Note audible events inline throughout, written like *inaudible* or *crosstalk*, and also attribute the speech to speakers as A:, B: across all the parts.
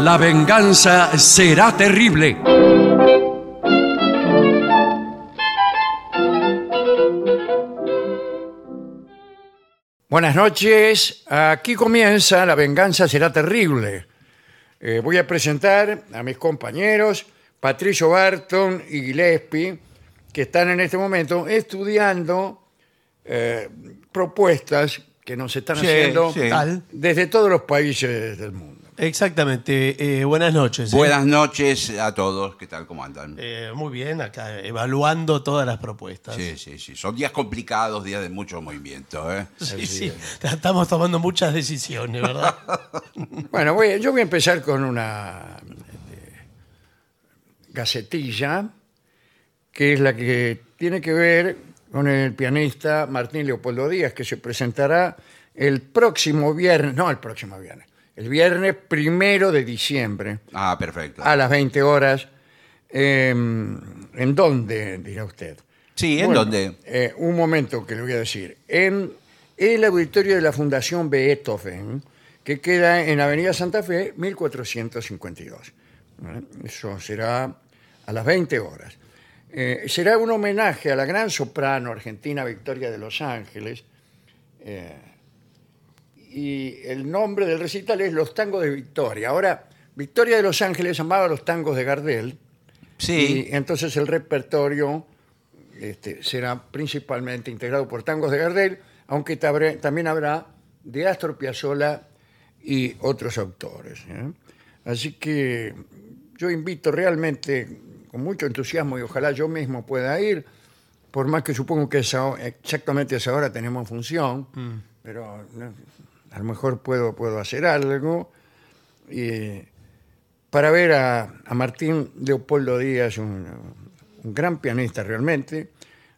A: La venganza será terrible.
B: Buenas noches. Aquí comienza La venganza será terrible. Eh, voy a presentar a mis compañeros Patricio Barton y Gillespie, que están en este momento estudiando eh, propuestas que nos están
C: Sí,
B: haciendo
C: sí.
D: Tal.
B: desde todos los países del mundo.
D: Exactamente. eh, buenas noches. ¿eh?
C: Buenas noches a todos, ¿qué tal? ¿Cómo andan?
D: Eh, muy bien, acá evaluando todas las propuestas.
C: Sí, sí, sí. Son días complicados, días de mucho movimiento. ¿eh?
D: Sí, sí. *laughs* Estamos tomando muchas decisiones, ¿verdad?
B: Bueno, voy- yo voy a empezar con una este, gacetilla, que es la que tiene que ver con el pianista Martín Leopoldo Díaz, que se presentará el próximo viernes, no el próximo viernes, el viernes primero de diciembre
C: Ah, perfecto.
B: a las 20 horas. eh, ¿En dónde, dirá usted?
C: Sí, ¿en
B: Bueno,
C: dónde?
B: eh, un momento que le voy a decir. En el auditorio de la Fundación Beethoven, que queda en Avenida Santa Fe, 1452. ¿Eh? Eso será a las 20 horas. Eh, será un homenaje a la gran soprano argentina Victoria de Los Ángeles. eh, y el nombre del recital es Los Tangos de Victoria. Ahora, Victoria de Los Ángeles amaba los tangos de Gardel.
C: Sí,
B: Y entonces el repertorio este, será principalmente integrado por tangos de Gardel, aunque tabre- también habrá de Astor Piazzolla y otros autores. ¿eh? Así que yo invito realmente con mucho entusiasmo y ojalá yo mismo pueda ir, por más que supongo que esa ho- exactamente a esa hora tenemos función, pero no, a lo mejor puedo, puedo hacer algo. Y, para ver a, a Martín Leopoldo Díaz, un, un gran pianista realmente,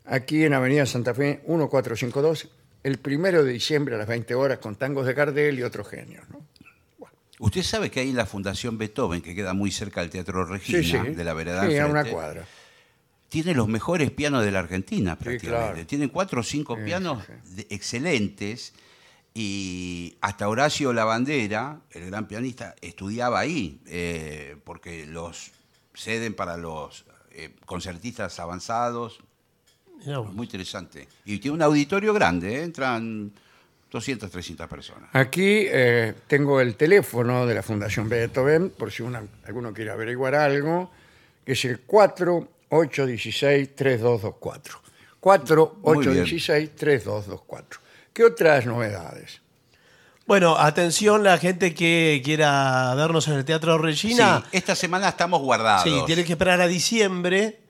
B: aquí en Avenida Santa Fe 1452, el primero de diciembre a las 20 horas con tangos de Gardel y otros genios. ¿no?
C: usted sabe que hay en la Fundación Beethoven, que queda muy cerca del Teatro Regina, de la vereda
B: Sí, a
C: enfrente,
B: una cuadra.
C: tiene los mejores pianos de la Argentina prácticamente.
B: claro.
C: Tiene cuatro o cinco
B: Sí,
C: pianos
B: sí,
C: de- excelentes y hasta Horacio Lavandera, el gran pianista, estudiaba ahí eh, porque los ceden para los eh, concertistas avanzados.
D: Mirá vos.
C: Muy interesante. Y tiene un auditorio grande, ¿eh? entran 200, 300 personas.
B: Aquí eh, tengo el teléfono de la Fundación Beethoven, por si una- alguno quiere averiguar algo, que es el 4816-3224. 4816-3224. ¿Qué otras novedades?
D: Bueno, atención la gente que quiera vernos en el Teatro Regina.
C: Sí, esta semana estamos guardados.
D: Sí, tiene que esperar a diciembre.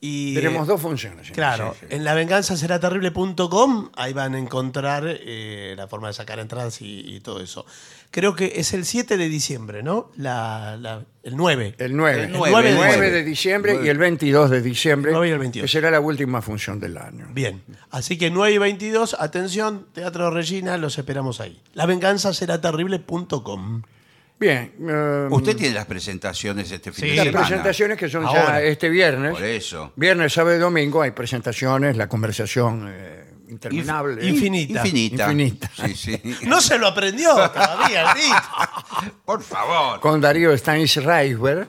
D: Y, eh,
B: Tenemos dos funciones. en
D: Claro, eh,
B: diciembre.
D: en lavenganzaseraterrible.com ahí van a encontrar eh, la forma de sacar entradas y, y todo eso. Creo que es el 7 de diciembre, ¿no? La, la- el 9.
B: El 9.
C: El
B: El
C: 9,
B: 9,
D: el
C: 9.
B: de diciembre y el 22 de diciembre.
D: El 9 y el
B: Que
D: 22.
B: será la última función del año.
D: Bien, así que 9 y 22, atención, Teatro Regina, los esperamos ahí. Lavenganzaseraterrible.com.
B: Bien. eh,
C: Usted tiene las presentaciones este fin
D: Sí.
C: de
B: las
C: semana.
B: presentaciones que son ya
D: Ahora.
B: este viernes.
C: Por eso.
B: Viernes, sábado y domingo hay presentaciones, la conversación eh, interminable.
D: Inf- Infinita.
C: Infinita.
B: Infinita.
C: Sí, sí.
D: No se lo aprendió todavía, el disco.
C: Por favor.
B: Con Darío Stanis Reisberg.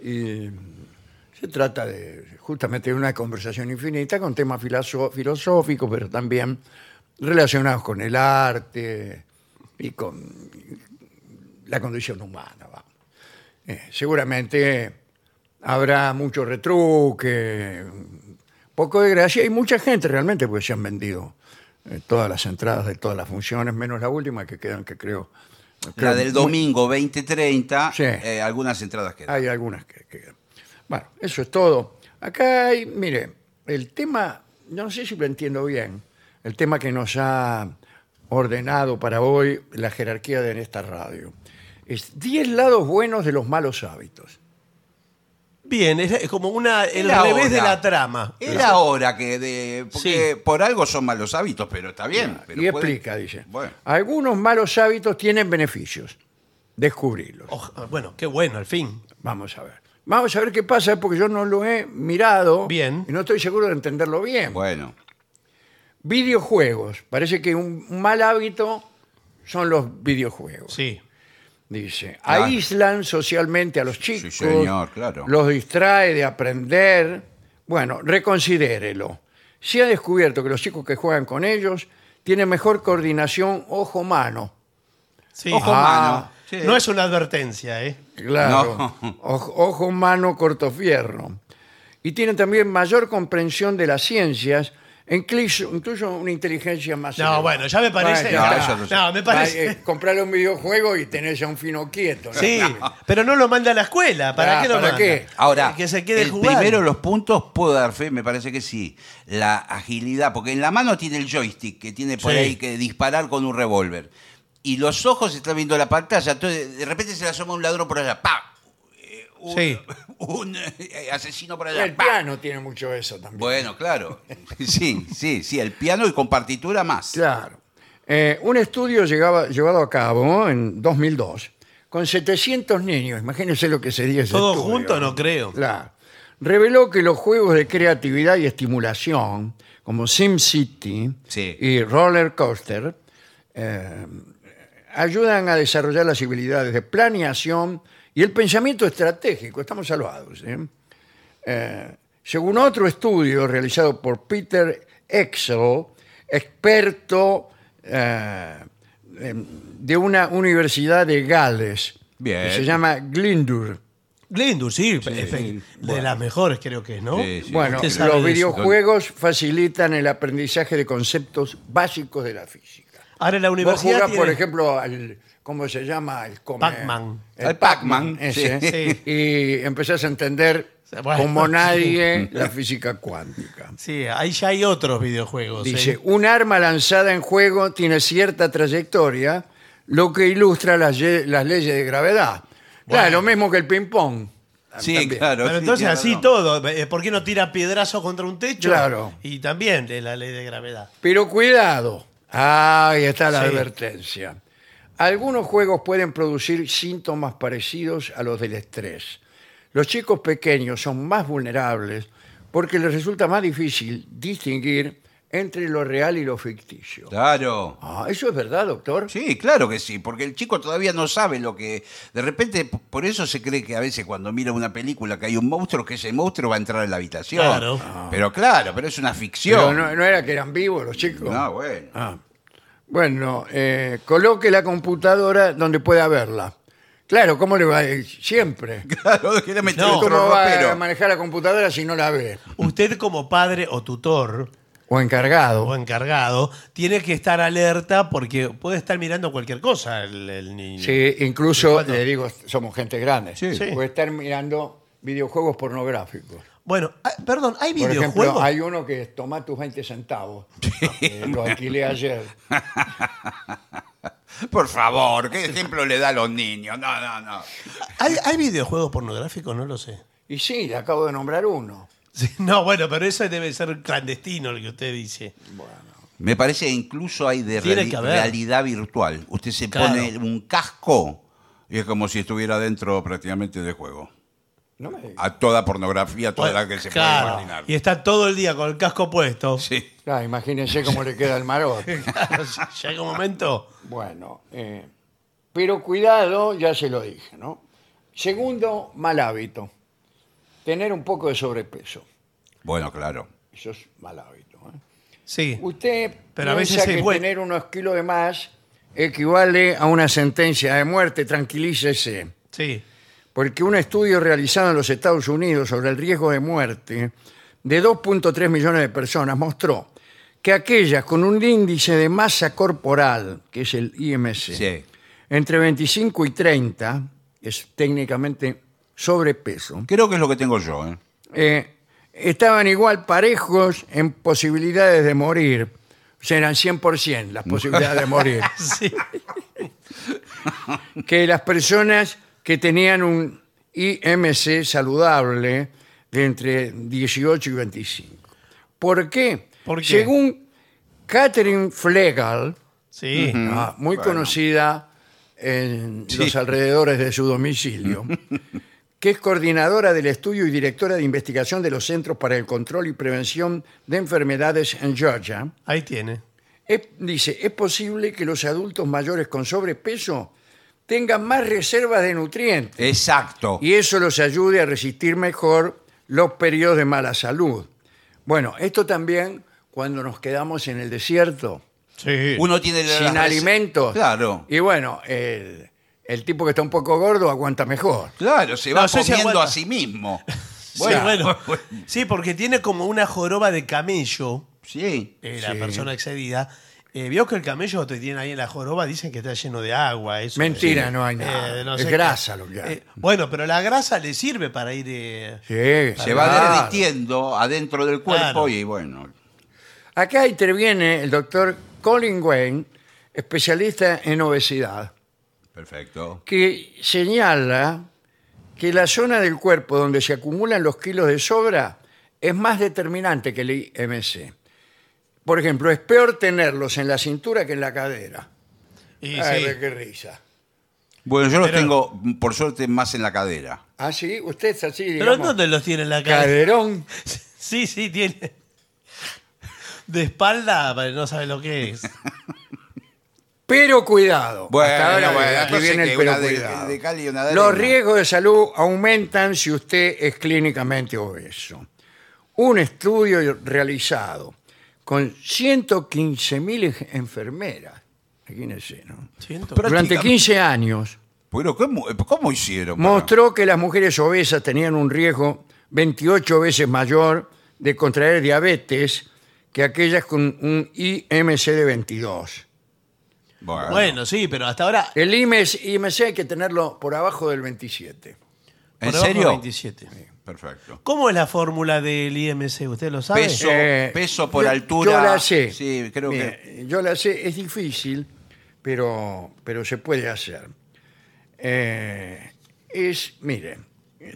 B: Y se trata de justamente de una conversación infinita con temas filaso- filosóficos, pero también relacionados con el arte y con la condición humana. vamos. Eh, seguramente habrá mucho retruque, poco de gracia y mucha gente realmente, porque se han vendido eh, todas las entradas de todas las funciones, menos la última que quedan, que creo. creo
C: La del
B: muy-
C: domingo 20.30,
B: Sí.
C: eh, algunas entradas quedan.
B: hay algunas que, que- Bueno, eso es todo. Acá hay, mire, el tema, no sé si lo entiendo bien, el tema que nos ha ordenado para hoy la jerarquía de en esta radio. Es 10 lados buenos de los malos hábitos.
D: Bien, es, es como una, el
C: Era
D: revés
C: hora.
D: de la trama.
C: Era hora que de. Porque
D: Sí.
C: por algo son malos hábitos, pero está bien. pero
B: y
C: puede-
B: explica, dice.
C: Bueno,
B: Algunos malos hábitos tienen beneficios. Descubrirlos.
C: Oh.
D: Oja- bueno, qué bueno, al fin.
B: Vamos a ver. Vamos a ver qué pasa porque yo no lo he mirado.
D: Bien.
B: Y no estoy seguro de entenderlo bien.
C: bueno.
B: Videojuegos. Parece que un un mal hábito son los videojuegos.
D: Sí.
B: dice. Aíslan socialmente a los chicos.
C: señor, claro.
B: Los distrae de aprender. Bueno, reconsidérelo. Se ha descubierto que los chicos que juegan con ellos tienen mejor coordinación ojo-mano.
D: Sí.
C: Ojo,
D: Ah,
C: mano. Sí.
D: No es una advertencia, ¿eh?
B: Claro.
C: No. *laughs*
B: Ojo, ojo, mano, corto fierro. Y tienen también mayor comprensión de las ciencias, e incluso, incluso una inteligencia más.
D: No, bueno, ya me parece.
B: Bueno,
C: no,
B: ya.
C: eso
D: no, me parece.
B: Va, eh, comprarle un videojuego y tenés a un fino quieto. ¿no?
D: *laughs* Sí, pero no lo manda a la escuela. ¿Para
B: Ah,
D: qué lo
B: ¿para
D: manda?
B: qué?
C: Ahora,
D: que se quede
C: el
D: jugando.
C: primero los puntos puedo dar fe, me parece que sí. La agilidad, porque en la mano tiene el joystick que tiene por
D: Sí.
C: ahí que disparar con un revólver. Y los ojos están viendo la pantalla, entonces de repente se le asoma un ladrón por allá, ¡pa! Eh, Un,
D: Sí.
C: *laughs* un, eh, asesino por allá,
B: El
C: ¡pa!
B: piano tiene mucho eso también.
C: Bueno, claro. *laughs* Sí, sí, sí, el piano y con partitura más.
B: Claro. Eh, un estudio llegaba- llevado a cabo en 2002 con 700 niños, imagínense lo que sería ese
D: Todo
B: estudio.
D: junto no creo.
B: Claro. Reveló que los juegos de creatividad y estimulación, como SimCity
C: Sí.
B: y Roller Coaster, eh, ayudan a desarrollar las habilidades de planeación y el pensamiento estratégico. Estamos salvados. ¿eh? Eh, según otro estudio realizado por Peter Excel, experto eh, em, de una universidad de Gales,
C: Bien.
B: que se llama Glindur.
D: Glindur, sí, efe-
C: sí.
D: de las mejores creo que es, ¿no?
C: Sí, sí.
B: Bueno,
D: Usted sabe
B: los
D: de eso.
B: videojuegos facilitan el aprendizaje de conceptos básicos de la física.
D: Ahora la
B: Vos
D: universidad
B: jugás,
D: tiene-
B: por ejemplo, al, ¿cómo se llama? El come-
D: Pac-Man.
B: El
C: Al
B: Pac-Man,
C: Pac-Man,
B: ese.
D: sí.
B: Y empezás a entender
D: Bueno,
B: como
D: *laughs* sí.
B: nadie la física cuántica.
D: Sí, ahí ya hay otros videojuegos.
B: Dice,
D: ¿eh?
B: un arma lanzada en juego tiene cierta trayectoria, lo que ilustra las, ye- las leyes de gravedad. Claro, lo mismo que el ping-pong.
C: sí,
B: También.
C: claro.
D: Pero
C: sí,
D: entonces
C: tiene
D: así
C: razón.
D: todo. eh, ¿Por qué no tira piedrazo contra un techo?
B: Claro.
D: Y también de la ley de gravedad.
B: Pero cuidado. Ahí está la
D: Sí.
B: advertencia. Algunos juegos pueden producir síntomas parecidos a los del estrés. Los chicos pequeños son más vulnerables porque les resulta más difícil distinguir entre lo real y lo ficticio.
C: Claro.
B: Ah, ¿Eso es verdad, doctor?
C: Sí, claro que sí, porque el chico todavía no sabe lo que... De repente, p- por eso se cree que a veces cuando mira una película que hay un monstruo, que ese monstruo va a entrar en la habitación.
D: Claro.
C: Pero claro, pero es una
B: Ah. Pero
C: ficción.
B: no, no era que eran vivos los chicos.
C: No, bueno. *laughs*
B: Ah. Bueno, eh, coloque la computadora donde pueda verla. Claro, ¿cómo le va a ir? Siempre.
C: Claro, quiere meter
D: No.
C: otro
B: ¿Cómo va a
C: ropero.
B: manejar la computadora si no la ve?
D: Usted como padre o tutor
B: O encargado.
D: o encargado tiene que estar alerta porque puede estar mirando cualquier cosa el, el niño.
B: Sí, incluso, le digo, somos gente grande.
C: Sí.
D: Sí.
B: Puede estar mirando videojuegos pornográficos.
D: Bueno, ah, perdón, ¿hay
B: Por
D: videojuegos?
B: ejemplo, hay uno que es toma tus 20 centavos. Eh, lo alquilé ayer.
C: Por favor, ¿qué ejemplo le da a los niños? No, no, no.
D: ¿Hay, hay videojuegos pornográficos? No lo sé.
B: Y sí, le acabo de nombrar uno.
D: Sí, no, bueno, pero eso debe ser clandestino lo que usted dice.
C: Me parece que incluso hay de
D: Tiene
C: reali-
D: que haber.
C: realidad virtual. Usted se
D: Claro.
C: pone un casco y es como si estuviera dentro prácticamente del juego.
B: No me digas.
C: A toda pornografía, toda la que se
D: Pues, Claro,
C: puede imaginar.
D: Y está todo el día con el casco puesto.
C: Sí.
B: Ah, imagínense cómo le queda el marote.
D: *laughs* Claro, sí, llega un momento.
B: Bueno, eh, pero cuidado, ya se lo dije, ¿no? Segundo, mal hábito. Tener un poco de sobrepeso.
C: Bueno, claro.
B: Eso es mal hábito. ¿eh?
D: Sí.
B: Usted
D: Pero a
B: piensa
D: veces es
B: que
D: bueno.
B: tener unos kilos de más equivale a una sentencia de muerte. Tranquilícese.
D: Sí.
B: Porque un estudio realizado en los Estados Unidos sobre el riesgo de muerte de 2.3 millones de personas mostró que aquellas con un índice de masa corporal, que es el IMC,
C: Sí.
B: entre 25 y 30, es técnicamente sobrepeso,
C: Creo que es lo que tengo yo. ¿eh?
B: eh, estaban igual parejos en posibilidades de morir. O sea, eran 100% las posibilidades de morir.
D: *laughs* Sí.
B: *laughs* que las personas que tenían un IMC saludable de entre 18 y 25. ¿Por qué?
D: ¿Por qué?
B: Según Catherine Flegel,
D: Sí.
B: ah, muy conocida en los alrededores de su domicilio, que es coordinadora del estudio y directora de investigación de los Centros para el Control y Prevención de Enfermedades en Georgia,
D: Ahí tiene.
B: es- dice, es posible que los adultos mayores con sobrepeso tengan más reservas de nutrientes
C: Exacto.
B: y eso los ayude a resistir mejor los periodos de mala salud. Bueno, esto también cuando nos quedamos en el desierto,
D: Sí.
C: Uno tiene las
B: sin
C: rese-
B: alimentos.
C: Claro.
B: Y bueno, el, el tipo que está un poco gordo aguanta mejor.
C: Claro, se
D: No,
C: va
D: eso sí
C: comiendo a
D: aguanta.
C: sí mismo.
D: *laughs* Bueno, bueno. Sí, porque tiene como una joroba de camello,
C: Sí.
D: eh, la persona excedida. Eh, Vio que el camello te tiene ahí en la joroba, dicen que está lleno de agua. Eso,
B: Mentira,
D: sí.
B: no hay nada.
D: no
B: Es
D: sé qué.
B: grasa lo que hay.
D: Eh, bueno, pero la grasa le sirve para ir. eh,
B: Sí,
C: Se
B: claro.
C: va derritiendo adentro del cuerpo
D: Claro.
C: y bueno.
B: Acá interviene el doctor Colin Wayne, especialista en obesidad,
C: Perfecto.
B: que señala que la zona del cuerpo donde se acumulan los kilos de sobra es más determinante que el IMC. Por ejemplo, es peor tenerlos en la cintura que en la cadera.
D: y
B: Ay,
D: sí.
B: qué risa.
C: Bueno, yo los
D: Pero-
C: tengo, por suerte, más en la cadera.
B: Ah, sí, usted es así,
D: Pero
B: digamos,
D: ¿dónde los tiene en la cara?
B: caderón.
D: Sí, sí, tiene. De espalda, pero no sabe lo que es.
B: Pero cuidado.
C: Bueno,
B: Hasta ahora,
C: bueno,
B: aquí
C: entonces
B: viene el
C: que
B: pero
C: una de-
B: cuidado.
C: de cal y una de arena.
B: Los riesgos de salud aumentan si usted es clínicamente obeso. Un estudio realizado con 115.000 enfermeras, imagínense, ¿no?
D: Siento.
B: durante 15 años,
C: Pero, ¿cómo, cómo hicieron? para-
B: mostró que las mujeres obesas tenían un riesgo 28 veces mayor de contraer diabetes que aquellas con un IMC de 22.
C: Bueno,
D: Bueno, sí, pero hasta ahora.
B: El E IMC, IMC hay que tenerlo por abajo del 27.
C: ¿en
D: por abajo de
C: serio?
D: 27.
C: Perfecto.
D: ¿Cómo es la fórmula del IMC? ¿Usted lo sabe?
C: Peso,
B: Eh,
C: peso por
B: yo-
C: altura.
B: Yo la sé.
C: Sí, creo
B: Mire,
C: que.
B: Yo la sé, es difícil, pero, pero se puede hacer. Eh, es, mire,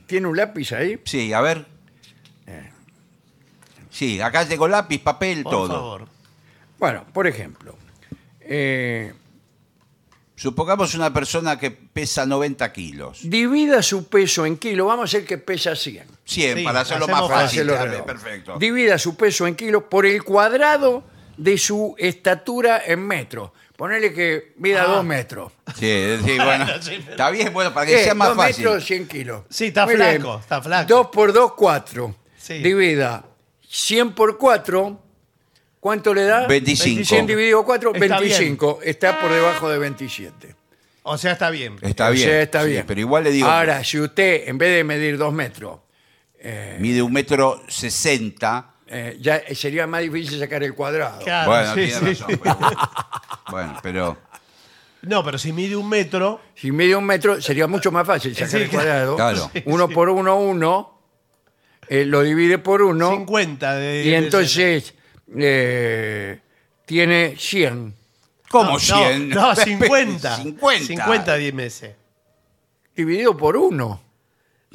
B: ¿tiene un lápiz ahí?
C: Sí, a ver. Sí, acá tengo lápiz, papel,
D: Por
C: todo.
D: favor.
B: Bueno, por ejemplo, eh,
C: Supongamos una persona que pesa 90 kilos.
B: divida su peso en kilo, vamos a hacer que pesa 100.
C: 100,
D: Sí,
C: para hacerlo más
D: hacemos
C: fácil.
B: Hacerlo
C: dame,
B: redondo.
C: Ah, perfecto.
B: Divida su peso en kilos por el cuadrado de su estatura en metros. Ponele que mida
D: Ah.
B: dos metros.
C: Sí, sí, bueno.
D: *laughs* sí, pero-
C: Está bien, bueno, para que
B: Eh,
C: sea más
B: dos
C: fácil.
B: metros, 100 kilos.
D: Sí, está
B: bien.
D: flaco, está flaco.
B: Dos por dos, cuatro.
D: Sí.
B: Divida 100 por 4, ¿cuánto le da?
C: 25.
B: 100 dividido 4,
D: Está
B: 25. Está por debajo de 27.
D: O sea, está bien.
C: Está
B: O
C: bien.
B: sea, está
C: sí,
B: bien.
C: pero igual le digo,
B: Ahora, si usted, en vez de medir dos metros,
C: mide un metro 60.
B: eh, ya sería más difícil sacar el cuadrado.
D: Claro,
C: bueno,
D: sí,
C: tiene
D: sí.
C: razón. Pero, bueno, pero.
D: No, pero si mide un metro.
B: Si mide un metro, sería mucho más fácil sacar
D: Sí,
B: el cuadrado.
C: claro. Sí,
B: Uno por uno, uno. eh, lo divide por uno.
D: 50 de,
B: y entonces eh, tiene 100.
C: ¿Cómo
D: no,
C: 100? *laughs*
D: No, no, 50.
C: 50.
D: 50 de IMC.
B: dividido por uno.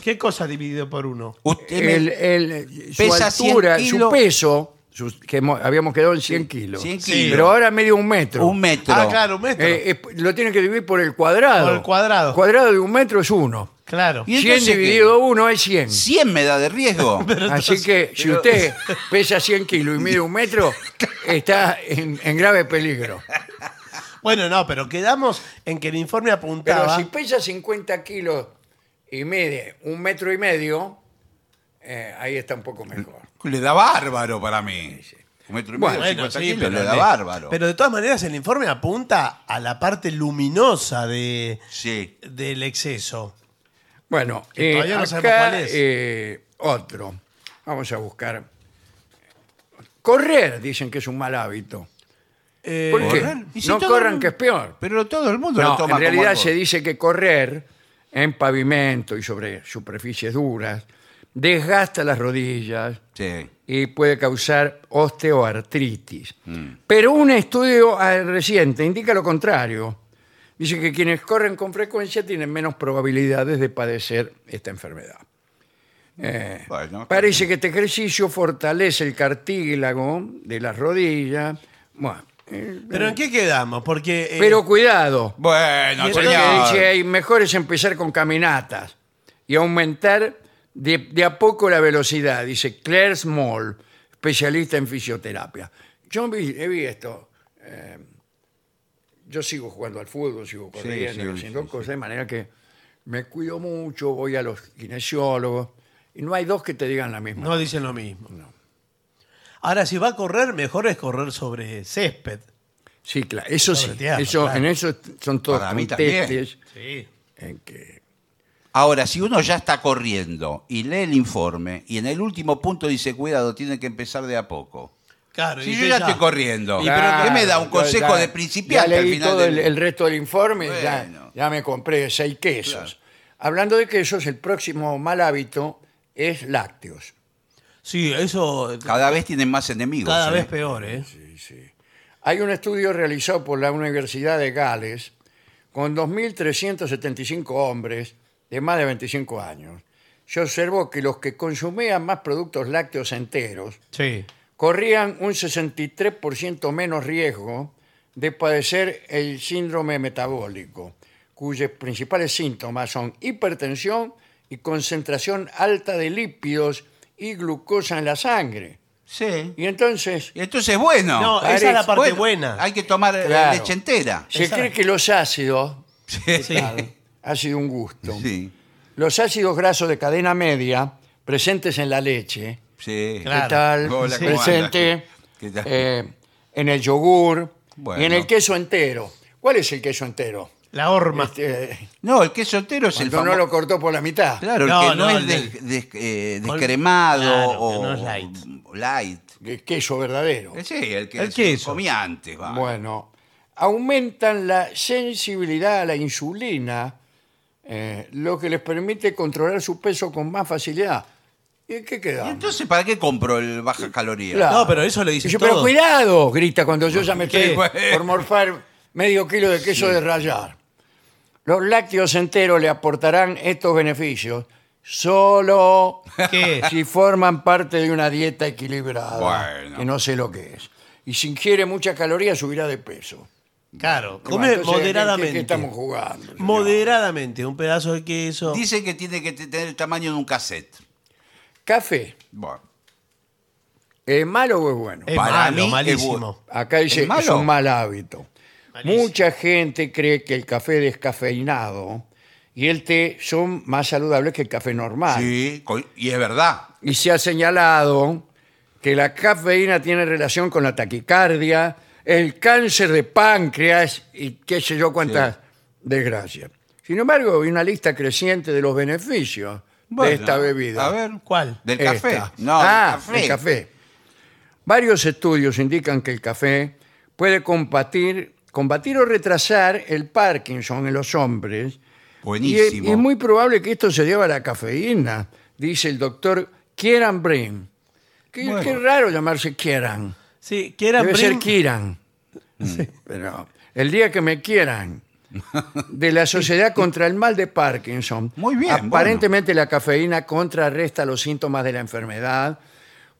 D: ¿Qué cosa dividido por uno?
C: Usted me-
B: El, el- su
C: Pesa 100
B: altura, su
C: kilos.
B: peso, sus- que hemos- habíamos quedado en 100 kilos.
C: 100
D: Sí,
C: kilos.
B: Pero ahora medio un metro.
C: un metro.
D: Ah, claro, un metro.
B: Eh, es- lo tiene que dividir por el cuadrado.
D: Por el cuadrado.
B: cuadrado de un metro es uno.
D: claro.
C: Y
B: 100
C: entonces, ¿qué?
B: dividido uno es 100.
C: 100 me da
B: *laughs*
C: de riesgo.
B: Así que si usted pesa 100 kilos y mide un
C: *laughs*
B: metro, está en, en grave peligro.
D: Bueno, no, pero quedamos en que el informe
B: Pero
D: apuntaba.
B: si pesa 50 kilos y mide un metro y medio, eh, ahí está un poco mejor.
C: Le da bárbaro para mí. Un metro y medio,
B: Bueno,
C: 50
D: sí,
C: kilos,
D: pero
C: le da
D: le-
C: bárbaro.
D: Pero de todas maneras, el informe apunta a la parte luminosa de,
C: sí.
D: del exceso.
B: Bueno,
D: Que
B: eh,
D: todavía no sabemos
B: acá,
D: cuál es.
B: eh, otro. Vamos a buscar. Correr, dicen que es un mal hábito.
D: Eh,
B: ¿Por qué?
C: ¿correr? Y si
B: no
C: todo
B: corran
C: el-
B: que es peor.
C: Pero todo el mundo lo
B: No,
C: toma
B: en realidad
C: como
B: se dice que correr en pavimento y sobre superficies duras desgasta las rodillas,
C: dice. Sí.
B: y puede causar osteoartritis. Pero un estudio eh, reciente indica lo contrario. Dice que quienes corren con frecuencia tienen menos probabilidades de padecer esta enfermedad.
C: Bueno,
B: Parece que este ejercicio fortalece el cartílago de las rodillas. Bueno, eh,
D: ¿Pero en qué quedamos? Porque. eh,
B: pero cuidado,
C: bueno
D: Y
B: porque
C: señor.
B: dice ahí, mejor es empezar con caminatas y aumentar de, de a poco la velocidad, dice Claire Small, especialista en fisioterapia. Yo vi, he visto, eh, yo sigo jugando al fútbol, sigo corriendo,
C: sí,
B: haciendo
C: sí,
B: cosas, de manera que me cuido mucho, voy a los kinesiólogos, y no hay dos que te digan la misma.
D: No dicen lo mismo. Ahora, si va a correr, mejor es correr sobre césped.
B: Sí, claro, eso sí,
D: Sobre tierra,
B: eso,
D: claro.
B: en eso son todos
C: Para mí también.
B: contestes
D: Sí.
B: en que
C: Ahora, si uno ya está corriendo y lee el informe y en el último punto dice, cuidado, tiene que empezar de a poco.
D: Claro,
C: Si
D: y
C: yo
D: que
C: ya estoy corriendo,
D: Y pero
C: ¿qué
D: que-
C: me da un
B: yo
C: consejo
B: ya-
C: de principiante
B: Ya leí
C: al final
B: todo
C: del-
B: el, el resto del informe, ya,
C: Bueno.
B: ya me compré seis quesos. Hablando de quesos, el próximo mal hábito es lácteos.
D: Sí, eso
C: Cada vez tienen más enemigos.
D: cada
C: ¿eh?
D: vez peor, ¿eh?
B: Hay un estudio realizado por la Universidad de Gales con 2.375 hombres de más de 25 años. Se observó que los que consumían más productos lácteos enteros
D: Sí.
B: corrían un 63% menos riesgo de padecer el síndrome metabólico, cuyos principales síntomas son hipertensión y concentración alta de lípidos y glucosa en la sangre.
C: Sí.
B: Y entonces
C: Y entonces, bueno.
D: No, esa es la parte buena.
C: Hay que tomar eh,
B: Claro.
C: leche entera.
B: se cree que los ácidos,
C: Sí.
D: Sí.
B: ha sido un gusto,
C: Sí.
B: los ácidos grasos de cadena media presentes en la leche,
C: Sí.
B: ¿Qué
D: Claro.
B: tal?
C: Hola, ¿cómo
B: presente
C: andas? ¿Qué tal?
B: eh, en el yogur y en
C: Bueno.
B: el queso entero. ¿Cuál es el queso entero?
D: La horma.
B: Este,
C: No, el queso entero es el
B: cuando no
C: famoso.
B: lo cortó por la mitad.
C: Claro, el
D: No,
C: que no,
D: no,
C: es
D: el
C: des-
D: del-
C: des- eh,
D: Col-
C: descremado
D: Claro, que
C: o
D: no es light.
C: o light.
B: El queso verdadero.
C: Eh, Sí, el que
D: El
C: se
D: queso.
C: comía antes, va.
B: Bueno, aumentan la sensibilidad a la insulina, eh, lo que les permite controlar su peso con más facilidad. ¿Y en qué
C: ¿Y
B: queda?
C: entonces para qué compro el baja caloría?
B: Claro.
D: No, pero eso le dicen
B: Dice, pero
D: todos.
B: cuidado, grita cuando yo ya me estoy
D: Sí,
C: bueno.
B: por morfar medio kilo de queso de rayar. Los lácteos enteros le aportarán estos beneficios solo
D: ¿Qué?
B: si forman parte de una dieta equilibrada,
C: Bueno.
B: que no sé lo que es. Y si ingiere muchas calorías subirá de peso.
D: Claro,
B: Bueno,
D: come
B: entonces, ¿en qué-
D: moderadamente.
B: ¿Qué, estamos jugando? señor?
D: Moderadamente, un pedazo de queso.
C: Dicen que tiene que te- tener el tamaño de un cassette.
B: Café,
C: Bueno,
B: ¿es malo o es bueno?
D: es
C: para
D: malo,
C: mí es
D: malísimo.
B: Acá dice
C: ¿Es malo?
B: es un mal hábito.
D: Malísimo.
B: Mucha gente cree que el café descafeinado y el té son más saludables que el café normal.
C: sí, co- y es verdad.
B: Y se ha señalado que la cafeína tiene relación con la taquicardia, el cáncer de páncreas y qué sé yo cuántas desgracias. Sin embargo, hay una lista creciente de los beneficios de
C: Bueno,
B: esta bebida.
C: A ver,
D: ¿Cuál?
C: Del
B: Esta.
C: café. No,
B: Ah,
C: del café.
B: el café. Varios estudios indican que el café puede combatir, combatir o retrasar el Parkinson en los hombres. Y es,
C: Buenísimo.
B: y es muy probable que esto se deba a la cafeína, dice el doctor Kieran Brin. Qué,
C: Bueno.
B: qué raro llamarse Kieran.
D: Sí, que era
B: Debe ser
D: Brim-
B: Kieran. Mm. Pero el día que me quieran de *laughs* la Sociedad contra el Mal de Parkinson.
C: Muy bien,
B: Aparentemente la cafeína contrarresta los síntomas de la enfermedad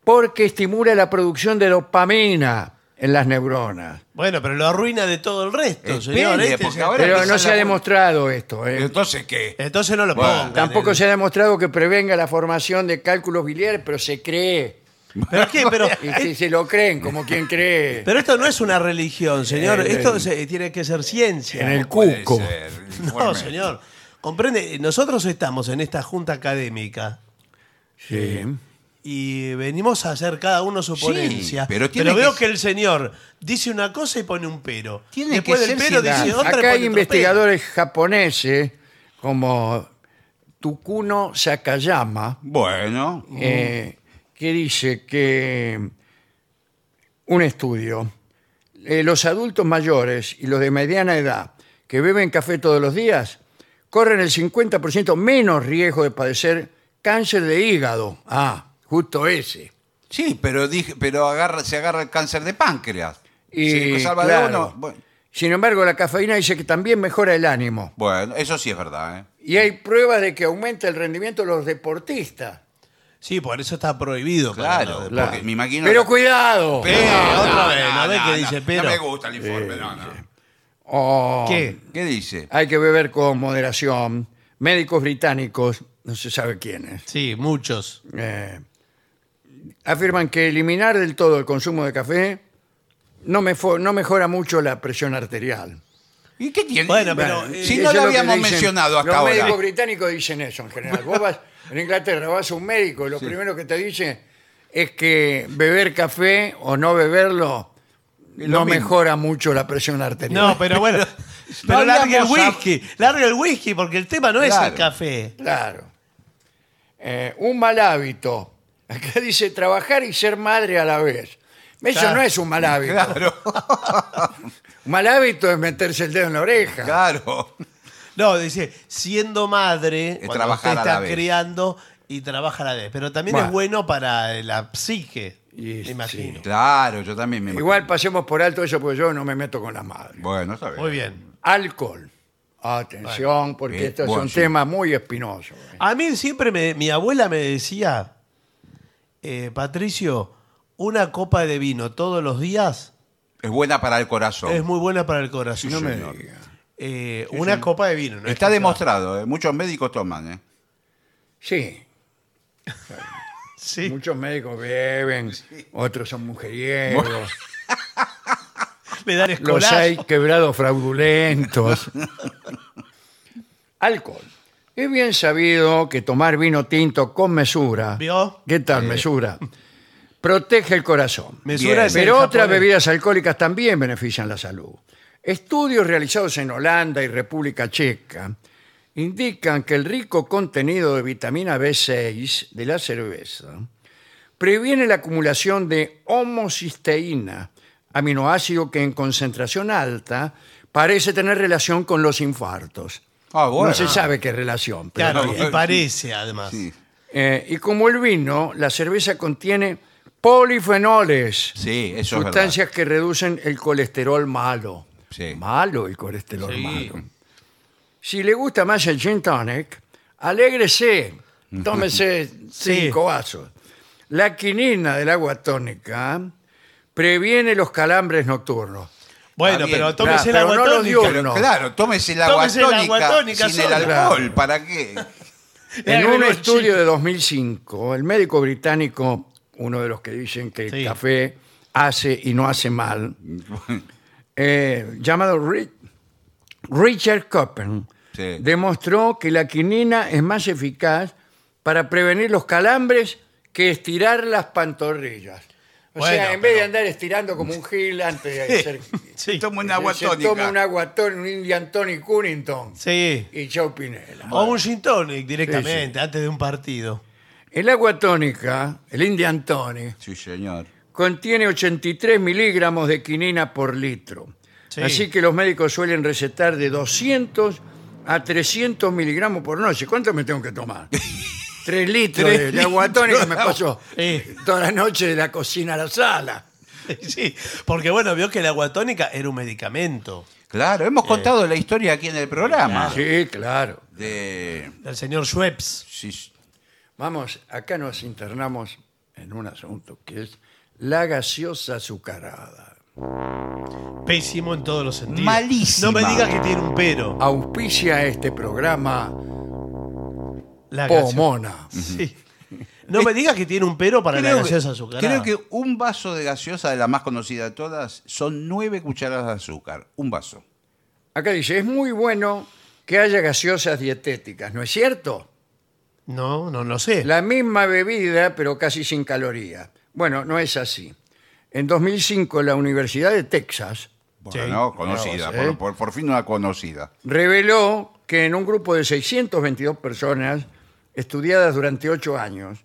B: porque estimula la producción de dopamina en las neuronas.
D: Bueno, pero lo arruina de todo el resto,
C: Espere,
D: señor. Este
C: porque
D: ya-
C: ahora-
B: Pero
C: empieza
B: no se
C: la-
B: ha demostrado esto. ¿eh?
C: Entonces, ¿qué?
D: Entonces no lo
C: Bueno.
D: pongan. eh.
B: Tampoco
D: El-
B: se ha demostrado que prevenga la formación de cálculos biliares, pero se cree.
D: ¿Pero qué? Pero, eh,
B: Y
C: Eh.
B: si se lo creen, como quien cree.
D: pero esto no es una religión, señor.
B: Eh,
D: Esto se- tiene que ser ciencia.
B: En el
C: Puede
B: cuco.
C: ser,
D: *laughs* No,
C: informe.
D: señor. Comprende, nosotros estamos en esta junta académica
B: Sí.
D: y venimos a hacer cada uno su
C: Sí,
D: ponencia.
C: pero tiene que
D: veo
C: ser-
D: que el señor dice una cosa y pone un pero.
C: Tiene
D: Después
C: que
D: del
C: ser
D: pero
C: ciencia.
D: dice otra y
B: Acá
D: pone
B: hay
D: otro
B: investigadores japoneses como Tukuno Sakayama,
C: Bueno,
B: eh, que dice que un estudio, eh, los adultos mayores y los de mediana edad que beben café todos los días corren el 50% menos riesgo de padecer cáncer de hígado. Ah, justo ese.
C: sí, pero dije, pero agarra, se agarra el cáncer de páncreas.
B: Y,
C: Sí, salva de
B: claro,
C: uno, Bueno,
B: Sin embargo, la cafeína dice que también mejora el ánimo.
C: bueno, eso sí es verdad, ¿eh?
B: Y hay pruebas de que aumenta el rendimiento de los deportistas.
D: pero. Sí, por eso está prohibido. para
C: Claro,
D: los-
C: porque me imagino.
B: Pero
C: la-
B: cuidado.
C: Pero,
D: Eh, otra vez, ¿no ves que dice pero?
C: No me gusta el informe, no, no.
B: Oh,
D: ¿Qué?
C: ¿Qué dice?
B: Hay que beber con moderación. Médicos británicos, no se sabe quiénes,
D: Sí, muchos.
B: eh, afirman que eliminar del todo el consumo de café no, me fo- no mejora mucho la presión arterial.
C: ¿Y qué tiene?
D: Bueno, pero, eh,
C: si
B: Eso
C: no
B: es
C: lo
B: que
C: habíamos
B: dicen-
C: mencionado hasta
B: los
C: ahora.
B: médicos británicos dicen eso en general. Vos vas *laughs* en Inglaterra, vas a un médico y lo primero que te dice es que beber café o no beberlo
C: Es lo
B: no
C: mismo.
B: mejora mucho la presión arterial.
D: No, pero bueno. pero
C: no
D: larga el
C: hablamos a-
D: whisky. Larga el whisky, porque el tema no es
C: Claro.
D: el café.
B: Claro. Eh, un mal hábito. *laughs* Acá dice trabajar y ser madre a la vez. Eso
D: Claro.
B: no es un mal hábito.
C: Claro,
B: *laughs* Un mal hábito es meterse el dedo en la oreja.
C: claro. *laughs*
D: No, dice, siendo madre,
C: Es
D: cuando
C: trabajar
D: usted
C: a
D: está
C: la vez.
D: criando y trabaja a la vez. Pero también
B: Bueno.
D: es bueno para la psique,
B: Y-
D: me imagino.
C: Claro, yo también me imagino.
B: Igual pasemos por alto eso porque yo no me meto con las madres.
C: Bueno, está bien.
D: Muy bien.
B: Alcohol. Atención, porque
C: Bien,
B: estos
C: bueno,
B: son
C: sí.
B: temas muy espinosos. ¿eh?
D: A mí siempre me- mi abuela me decía, eh, Patricio, una copa de vino todos los días
C: Es buena para el corazón.
D: es muy buena para el corazón.
B: No me
C: señor.
B: diga.
D: Eh, una copa de vino. no es
C: Está
D: que-
C: demostrado, ¿eh? muchos médicos toman. ¿eh?
B: Sí,
D: Sí.
B: muchos médicos beben, otros son mujeriegos,
D: Me dan
B: los
D: escolazo.
B: hay quebrados fraudulentos. Alcohol. Es bien sabido que tomar vino tinto con mesura.
D: ¿Vio?
B: ¿Qué tal, mesura? Protege el corazón.
D: Mesura
C: Bien.
D: es el
B: Pero otras
D: japonés.
B: bebidas alcohólicas también benefician la salud. Estudios realizados en Holanda y República Checa indican que el rico contenido de vitamina B6 de la cerveza previene la acumulación de homocisteína, aminoácido que en concentración alta parece tener relación con los infartos.
C: Ah, bueno.
B: No se sabe qué relación. pero
D: Claro,
B: bien.
D: y parece además.
C: Sí,
B: Eh, y como el vino, la cerveza contiene polifenoles,
C: sí eso es verdad.
B: sustancias que reducen el colesterol malo.
C: Sí.
B: Malo el colesterol
D: Sí.
B: malo. Si le gusta más el gin tonic,
C: *laughs*
B: alégrese, tómese cinco vasos. La quinina del agua tónica previene los calambres nocturnos.
D: Bueno,
C: Está bien.
D: pero
B: Claro,
D: tómese el
B: pero
D: agua
B: no lo
D: tónica.
B: diurno.
C: Pero claro, tómese el agua
D: Tómese el agua
C: tónica
D: tónica
C: sin el
D: sola.
C: alcohol. ¿Para qué?
B: En un
D: Agregó el
B: estudio
D: chip.
B: de 2005, el médico británico, uno de los que dicen que el
D: Sí.
B: café hace y no hace
D: *laughs*
B: mal, eh, llamado Ri- Richard Coppen,
C: Sí.
B: demostró que la quinina es más eficaz para prevenir los calambres que estirar las pantorrillas. O
D: Bueno,
B: sea, en vez de
D: pero-
B: andar estirando como un gil antes de hacer...
D: *laughs* *laughs*
C: *laughs*
D: Sí.
C: Toma un agua
B: se
C: tónica.
B: toma un agua tónica, un Indian Tony Cunnington
D: Sí.
B: y chau Pinela.
D: O un gin tonic directamente, antes de un partido. *laughs*
B: El agua tónica, el Indian Tonic,
C: Sí, señor.
B: contiene 83 miligramos de quinina por litro.
D: Sí.
B: Así que los médicos suelen recetar de 200 a 300 miligramos por noche. ¿Cuánto me tengo que tomar? Tres litros
C: Tres
B: de, de agua
C: litros
B: tónica me
C: de agua.
B: paso
D: Sí.
B: toda la noche de la cocina a la sala.
D: Sí, porque bueno, vio que el agua tónica era un medicamento
C: Claro, hemos contado la historia aquí en el programa.
B: Sí, claro.
C: De...
D: del señor Schweppes.
C: sí,
B: Vamos, acá nos internamos en un asunto que es la gaseosa azucarada.
D: Pésimo en todos los sentidos.
C: Malísima.
D: No me diga que tiene un pero.
B: Auspicia este programa
D: La gaseosa.
B: Pomona.
D: Sí. No me diga que tiene un pero para la gaseosa azucarada.
C: creo que un vaso de gaseosa, de la más conocida de todas, son nueve cucharadas de azúcar. Un vaso.
B: Acá dice, es muy bueno que haya gaseosas dietéticas, ¿no es cierto?
D: No, no lo sé.
B: La misma bebida, pero casi sin calorías. Bueno, no es así. En 2005, la Universidad de Texas
C: Bueno,
D: Sí.
C: ¿no?
B: Mirá
C: conocida.
B: vos, ¿eh?
C: por, por- por fin una conocida.
B: reveló que en un grupo de 622 personas estudiadas durante 8 años,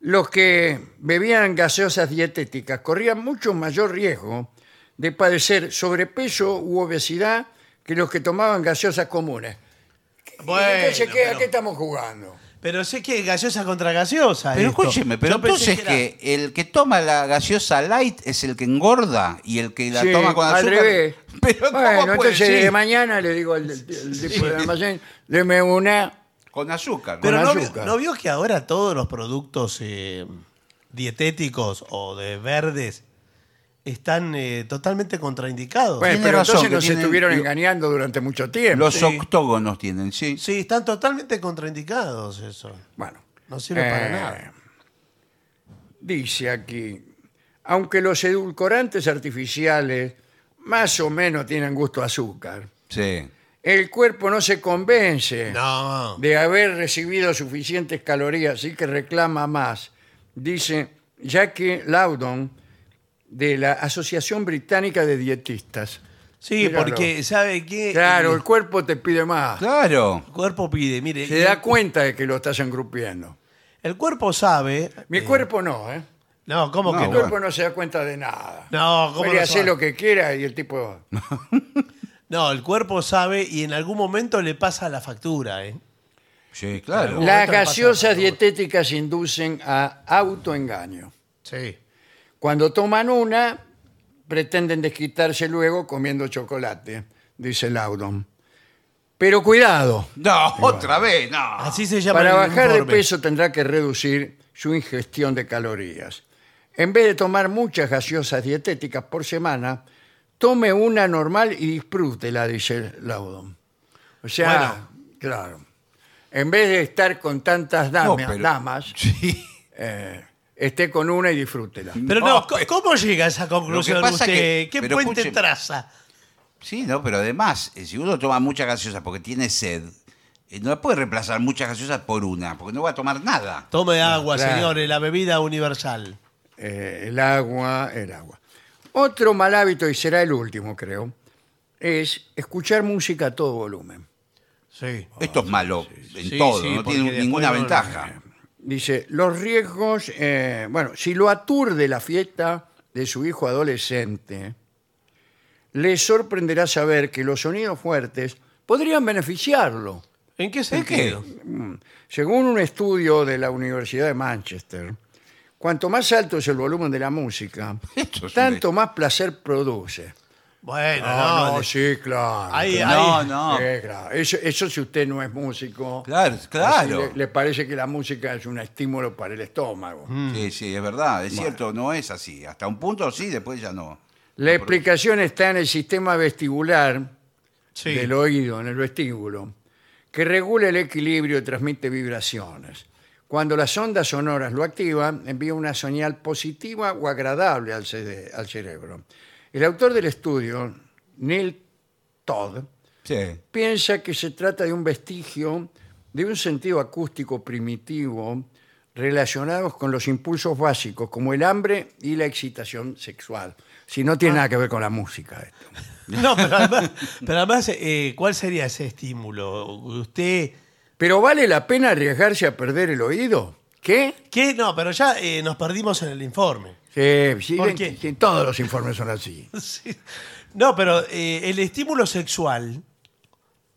B: los que bebían gaseosas dietéticas corrían mucho mayor riesgo de padecer sobrepeso u obesidad que los que tomaban gaseosas comunes. Entonces, ¿qué- ¿a
D: pero,
B: qué estamos jugando?
D: pero sé que es gaseosa contra gaseosa.
C: Pero
D: esto.
C: escúcheme, pero
D: Yo pensé
C: entonces
D: era-
C: que, el que toma la gaseosa light es el que engorda y el que la
B: Sí,
C: toma con
B: al
C: azúcar.
B: revés.
C: *laughs* Pero ¿cómo
B: bueno,
C: puede
B: entonces
C: ser?
B: de mañana le digo al, al tipo del almacén, deme una.
C: Con azúcar.
D: Pero
B: con
D: no, vio-
B: azúcar.
D: no vio que ahora todos los productos eh, dietéticos o de verdes están eh, totalmente contraindicados.
B: Bueno,
C: tiene
B: pero
C: razón,
B: entonces
C: que
B: nos
C: tienen-
B: estuvieron
C: lo-
B: engañando durante mucho tiempo.
C: Los octógonos tienen, sí.
D: Sí, están totalmente contraindicados eso.
B: Bueno,
D: No sirve para
B: eh,
D: nada.
B: Dice aquí, aunque los edulcorantes artificiales más o menos tienen gusto a azúcar,
C: Sí.
B: El cuerpo no se convence
D: No.
B: de haber recibido suficientes calorías y que reclama más, dice Jackie Loudon de la Asociación Británica de Dietistas.
D: Sí,
B: Míralo.
D: porque sabe que
B: Claro, el
D: el
B: cuerpo te pide más.
C: Claro.
D: cuerpo pide, mire,
B: Se da cuenta de que lo estás engrupiendo.
D: el cuerpo sabe.
B: Mi cuerpo no, ¿eh?
D: No, ¿cómo
C: No,
D: que
B: Mi
D: no?
B: cuerpo no se da cuenta de nada.
D: No, ¿cómo
B: Puede
D: no
B: hacer
D: sabe?
B: lo que quiera y el tipo...
D: No, el cuerpo sabe y en algún momento le pasa la factura, ¿eh?
C: Sí,
B: Las
C: claro.
D: La- momento le pasa
B: gaseosas
D: algo.
B: dietéticas inducen a autoengaño.
D: Sí.
B: Cuando toman una, pretenden desquitarse luego comiendo chocolate, dice Laudon. Pero cuidado,
C: No, otra vez, no.
D: Así se llama
B: para
D: el
B: bajar de
D: informe.
B: peso tendrá que reducir su ingestión de calorías. En vez de tomar muchas gaseosas dietéticas por semana, tome una normal y disfrútela, dice Laudon. O sea, claro. En vez de estar con tantas
C: No,
B: damas,
C: pero-
B: damas
C: *laughs* Sí.
B: eh, esté con una y disfrútela.
D: Pero no,
C: No,
D: co-
C: pero-
D: ¿cómo llega a esa conclusión
C: Lo que pasa
D: usted?
C: que-
D: ¿Qué
C: pero
D: puente
C: escúcheme.
D: traza?
C: Sí, no, pero además, eh, si uno toma mucha gaseosa porque tiene sed, eh, no puede reemplazar muchas gaseosas por una, porque no va a tomar nada.
D: Tome agua,
B: Claro.
D: señores, la bebida universal.
B: Eh, el agua, el agua. Otro mal hábito, y será el último, creo, es escuchar música a todo volumen.
D: Sí.
C: Esto es malo en
D: Ah, sí,
C: todo,
D: sí,
C: no
D: porque
C: tiene
D: después
C: ninguna
D: no-
C: ventaja.
B: Dice, los riesgos, eh, bueno, si lo aturde la fiesta de su hijo adolescente, le sorprenderá saber que los sonidos fuertes podrían beneficiarlo.
D: ¿En qué sentido?
B: Según un estudio de la Universidad de Manchester, cuanto más alto es el volumen de la música,
C: Esto es
B: tanto más placer produce.
D: Bueno,
B: Ah,
D: no.
B: no, sí, claro.
D: Ahí,
B: claro.
C: No,
D: ahí. eh,
C: no.
B: Sí, claro. Eso, eso si usted no es músico.
C: Claro, claro.
B: así Le, le parece que la música es un estímulo para el estómago.
C: Sí, sí, es verdad,
D: Mm.
C: es cierto, no es así. Hasta un punto sí, después ya no.
B: La explicación está en el sistema vestibular
D: Sí.
B: del oído, en el vestíbulo, que regula el equilibrio y transmite vibraciones. Cuando las ondas sonoras lo activan, envía una señal positiva o agradable al, cere- al cerebro. El autor del estudio, Neil Todd,
C: Sí.
B: piensa que se trata de un vestigio de un sentido acústico primitivo relacionados con los impulsos básicos, como el hambre y la excitación sexual. Si no
D: Ah.
B: tiene nada que ver con la música. esto.
D: No, pero además, pero además, eh, ¿cuál sería ese estímulo? Usted.
B: Pero vale la pena arriesgarse a perder el oído. ¿Qué?
D: ¿Qué? No, pero ya eh, nos perdimos en el informe.
B: Sí, sí,
D: ¿Por
B: ven
D: qué?
B: que todos los informes son así.
D: *laughs* Sí. No, pero eh, el estímulo sexual.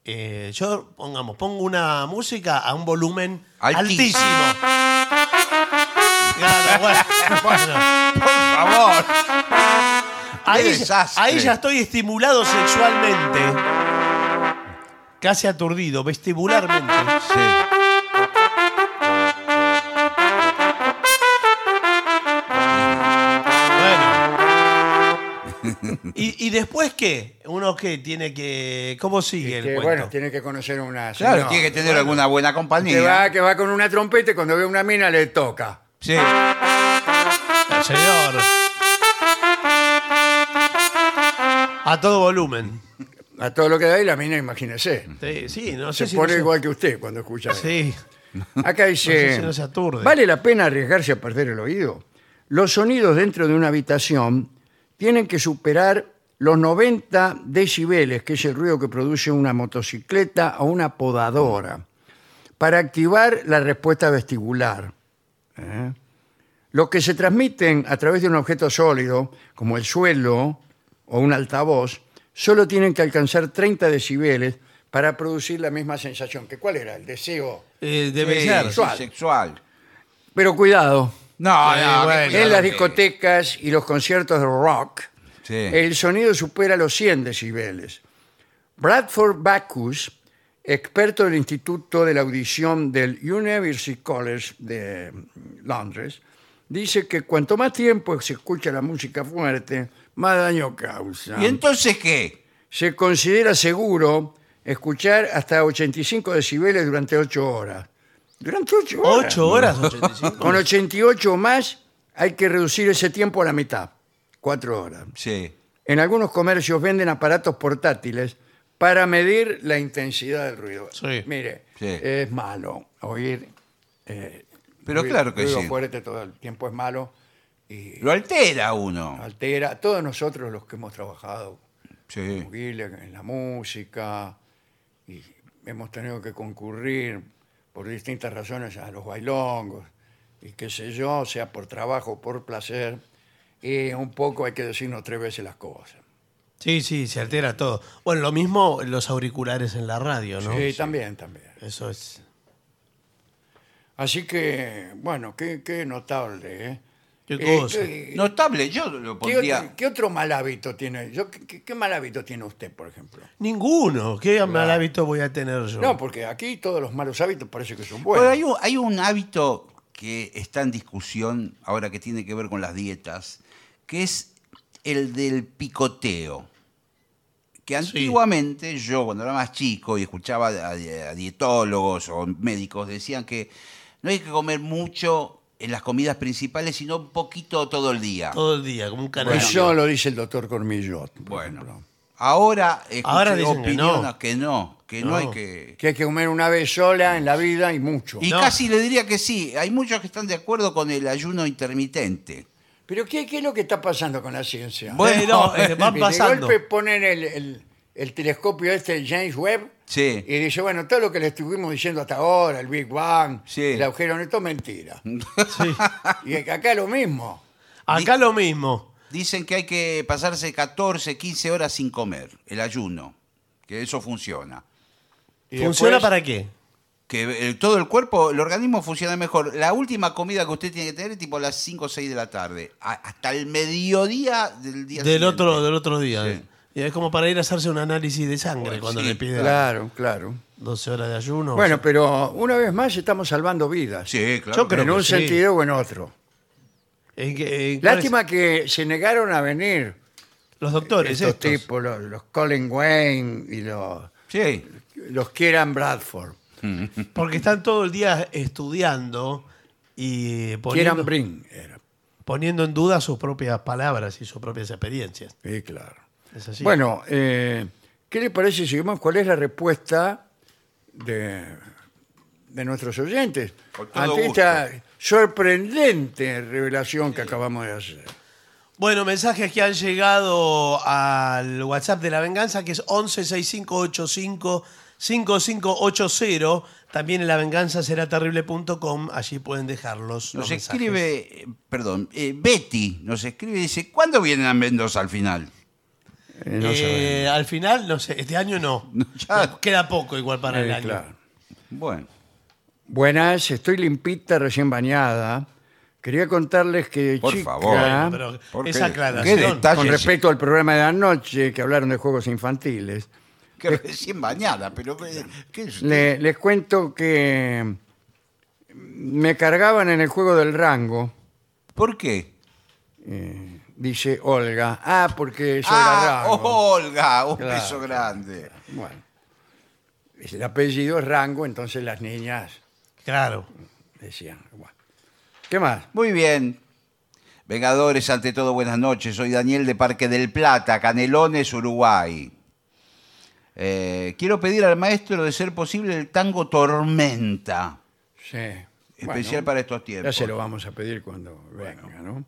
D: eh, yo, pongamos, pongo una música a un volumen altísimo.
C: Altísimo.
D: Claro,
C: *laughs*
D: bueno, bueno.
C: Por favor. Qué
D: ahí, ya-
C: desastre.
D: ahí ya estoy estimulado sexualmente. Casi aturdido, vestibularmente.
C: Sí.
D: Bueno.
B: *laughs*
D: ¿Y, y después qué? ¿Uno qué? Tiene que. ¿Cómo sigue
B: Que,
D: el cuento?
B: Este, bueno, tiene que conocer a una
C: Claro,
B: señora
C: tiene que tener alguna buena
B: que
C: compañía.
B: va, que va con una trompeta y cuando ve una mina le toca.
C: Sí.
D: Ah, Señor. A todo volumen.
B: A todo lo que da y la mina, imagínese.
D: Sí, sí, no sé
B: Se
D: si.
B: pone
D: no se-
B: igual que usted cuando escucha eso.
D: Sí.
B: Acá
D: No sé
B: dice,
D: si no se aturde.
B: ¿vale la pena arriesgarse a perder el oído? Los sonidos dentro de una habitación tienen que superar los 90 decibeles, que es el ruido que produce una motocicleta o una podadora, para activar la respuesta vestibular. ¿Eh? Los que se transmiten a través de un objeto sólido, como el suelo o un altavoz, solo tienen que alcanzar 30 decibeles para producir la misma sensación. ¿Que ¿Cuál era? El deseo.
D: Eh, debe
C: Sí,
D: ser.
C: sí,
B: Sexual.
C: sexual.
B: Pero cuidado,
C: No,
D: Sí,
C: no.
D: bueno.
C: qué
B: en las
C: claro que-
B: discotecas y los conciertos de rock,
C: Sí.
B: el sonido supera los 100 decibeles. Bradford Backus, experto del Instituto de la Audición del University College de Londres, dice que cuanto más tiempo se escucha la música fuerte, más daño causa.
C: ¿Y entonces qué?
B: Se considera seguro escuchar hasta 85 decibeles durante 8 horas. Durante 8 horas.
D: ¿Ocho
B: *laughs*
D: horas 85?
B: Con 88 o más hay que reducir ese tiempo a la mitad, cuatro horas.
C: Sí.
B: En algunos comercios venden aparatos portátiles para medir la intensidad del ruido.
D: Sí.
B: Mire,
C: Sí.
B: es malo oír. eh,
C: Pero
B: ruido-
C: claro que
B: ruido
C: sí.
B: fuerte todo el tiempo es malo y
C: Lo altera uno.
D: Ah,
B: altera. Todos nosotros los que hemos trabajado
C: Sí.
B: con Gillian en la música y hemos tenido que concurrir por distintas razones a los bailongos y qué sé yo, sea por trabajo, por placer, y un poco hay que decirnos tres veces las cosas.
D: Sí, sí, se altera todo. Bueno, lo mismo los auriculares en la radio, ¿no?
B: sí, también, también.
D: Eso es.
B: Así que, bueno, qué, qué notable, ¿eh?
D: Qué
B: Eh,
D: cosa.
B: ¿qué-
C: Notable, yo lo
B: qué
C: pondría.
B: otro, qué otro mal hábito tiene? Yo, ¿qué- ¿qué, qué mal hábito tiene usted, por ejemplo?
D: Ninguno. ¿Qué mal hábito voy a tener yo?
B: No, pues, porque aquí todos los malos hábitos parece que son buenos.
C: Pero hay un, hay un hábito que está en discusión ahora que tiene que ver con las dietas, que es el del picoteo. Que antiguamente yo, cuando era más chico y escuchaba a, a dietólogos o médicos, decían que no hay que comer mucho en las comidas principales, sino un poquito todo el día.
D: Todo el día, como un canario.
B: Eso lo dice el doctor Cormillot. por
C: Bueno,
B: ejemplo.
C: ahora,
D: Ahora
C: escuché
D: dicen que
C: opiniones
D: no.
C: que no, que no,
D: No.
C: hay que...
B: Que hay que comer una vez sola en la vida y mucho.
C: Y
D: No.
C: casi le diría que sí, hay muchos que están de acuerdo con el ayuno intermitente.
B: Pero ¿qué, qué es lo que está pasando con la ciencia?
C: Bueno,
D: Sí, no, eh, van
B: Que
D: pasando.
B: De golpe ponen el, el- el telescopio este de James Webb
C: Sí.
B: y dice, bueno, todo lo que le estuvimos diciendo hasta ahora, el Big Bang,
C: Sí.
B: el agujero neto, es
D: *laughs*
B: mentira.
D: Sí.
B: y acá lo mismo.
D: Acá lo mismo.
C: Dicen que hay que pasarse 14, 15 horas sin comer, el ayuno, que eso funciona.
B: Y
D: ¿Funciona
B: después-
D: para qué?
C: Que eh, todo el cuerpo, el organismo funciona mejor. La última comida que usted tiene que tener es tipo a las 5 o 6 de la tarde, a- hasta el mediodía del día
D: Del
C: siguiente.
D: otro, del otro día. eh.
C: Sí.
D: Y es como para ir a hacerse un análisis de sangre
C: Bueno,
D: cuando
C: sí,
D: le piden
B: Claro, claro.
D: 12 horas de ayuno.
B: Bueno, pero una vez más estamos salvando vidas.
C: Sí, claro.
D: Yo
C: que
D: creo
B: en
D: que
B: un
D: sí.
B: sentido o en otro.
D: ¿En qué- en cuál es?
B: Lástima que se negaron a venir
D: Los doctores,
B: estos,
D: estos.
B: tipos, los, los Colin Wayne y los,
C: sí.
B: los Kieran Bradford.
D: Porque están todo el día estudiando y poniendo,
B: Kieran Brin era.
D: poniendo en duda sus propias palabras y sus propias experiencias.
B: Sí, claro.
D: Es así.
B: Bueno, eh, ¿qué le parece si vemos cuál es la respuesta de, de nuestros oyentes
C: Con todo
B: ante
C: gusto.
B: esta sorprendente revelación que acabamos de hacer?
D: Bueno, mensajes que han llegado al WhatsApp de la venganza, que es 1165855580. También en lavenganzaseraterrible.com, allí pueden dejarlos.
C: Nos
D: los mensajes.
C: escribe, eh, perdón, eh, Betty nos escribe y dice, ¿cuándo vienen a Mendoza al final?
B: Eh, no
D: Eh,
B: sabemos.
D: al final, no sé, este año no. Ah,
C: Ya.
D: Queda poco igual para el
B: Eh,
D: año.
B: claro.
C: Bueno,
B: Buenas, estoy limpita, recién bañada. Quería contarles que
C: Por
B: chica,
C: favor. Bueno,
D: Pero
C: ¿por
D: esa
C: qué?
D: aclaración.
C: ¿Qué detalle?
B: con
C: Cállese.
B: respecto al programa de anoche que hablaron de juegos infantiles,
C: que recién bañada, pero eh, ¿qué es?
B: Eh, le- les cuento que me cargaban en el juego del rango,
C: ¿Por qué?
B: dice Olga. Ah, porque eso era
C: Ah,
B: rango.
C: Olga, un
B: Claro.
C: beso grande.
B: Bueno, el apellido es rango, entonces las niñas
D: Claro.
B: decían. bueno. ¿Qué más?
C: Muy bien. Vengadores, ante todo, buenas noches. Soy Daniel de Parque del Plata, Canelones, Uruguay. Eh, quiero pedir al maestro de ser posible el tango Tormenta,
B: Sí.
C: especial
B: Bueno.
C: para estos
B: Ya
C: tiempos.
B: se lo vamos a pedir cuando venga, ¿no?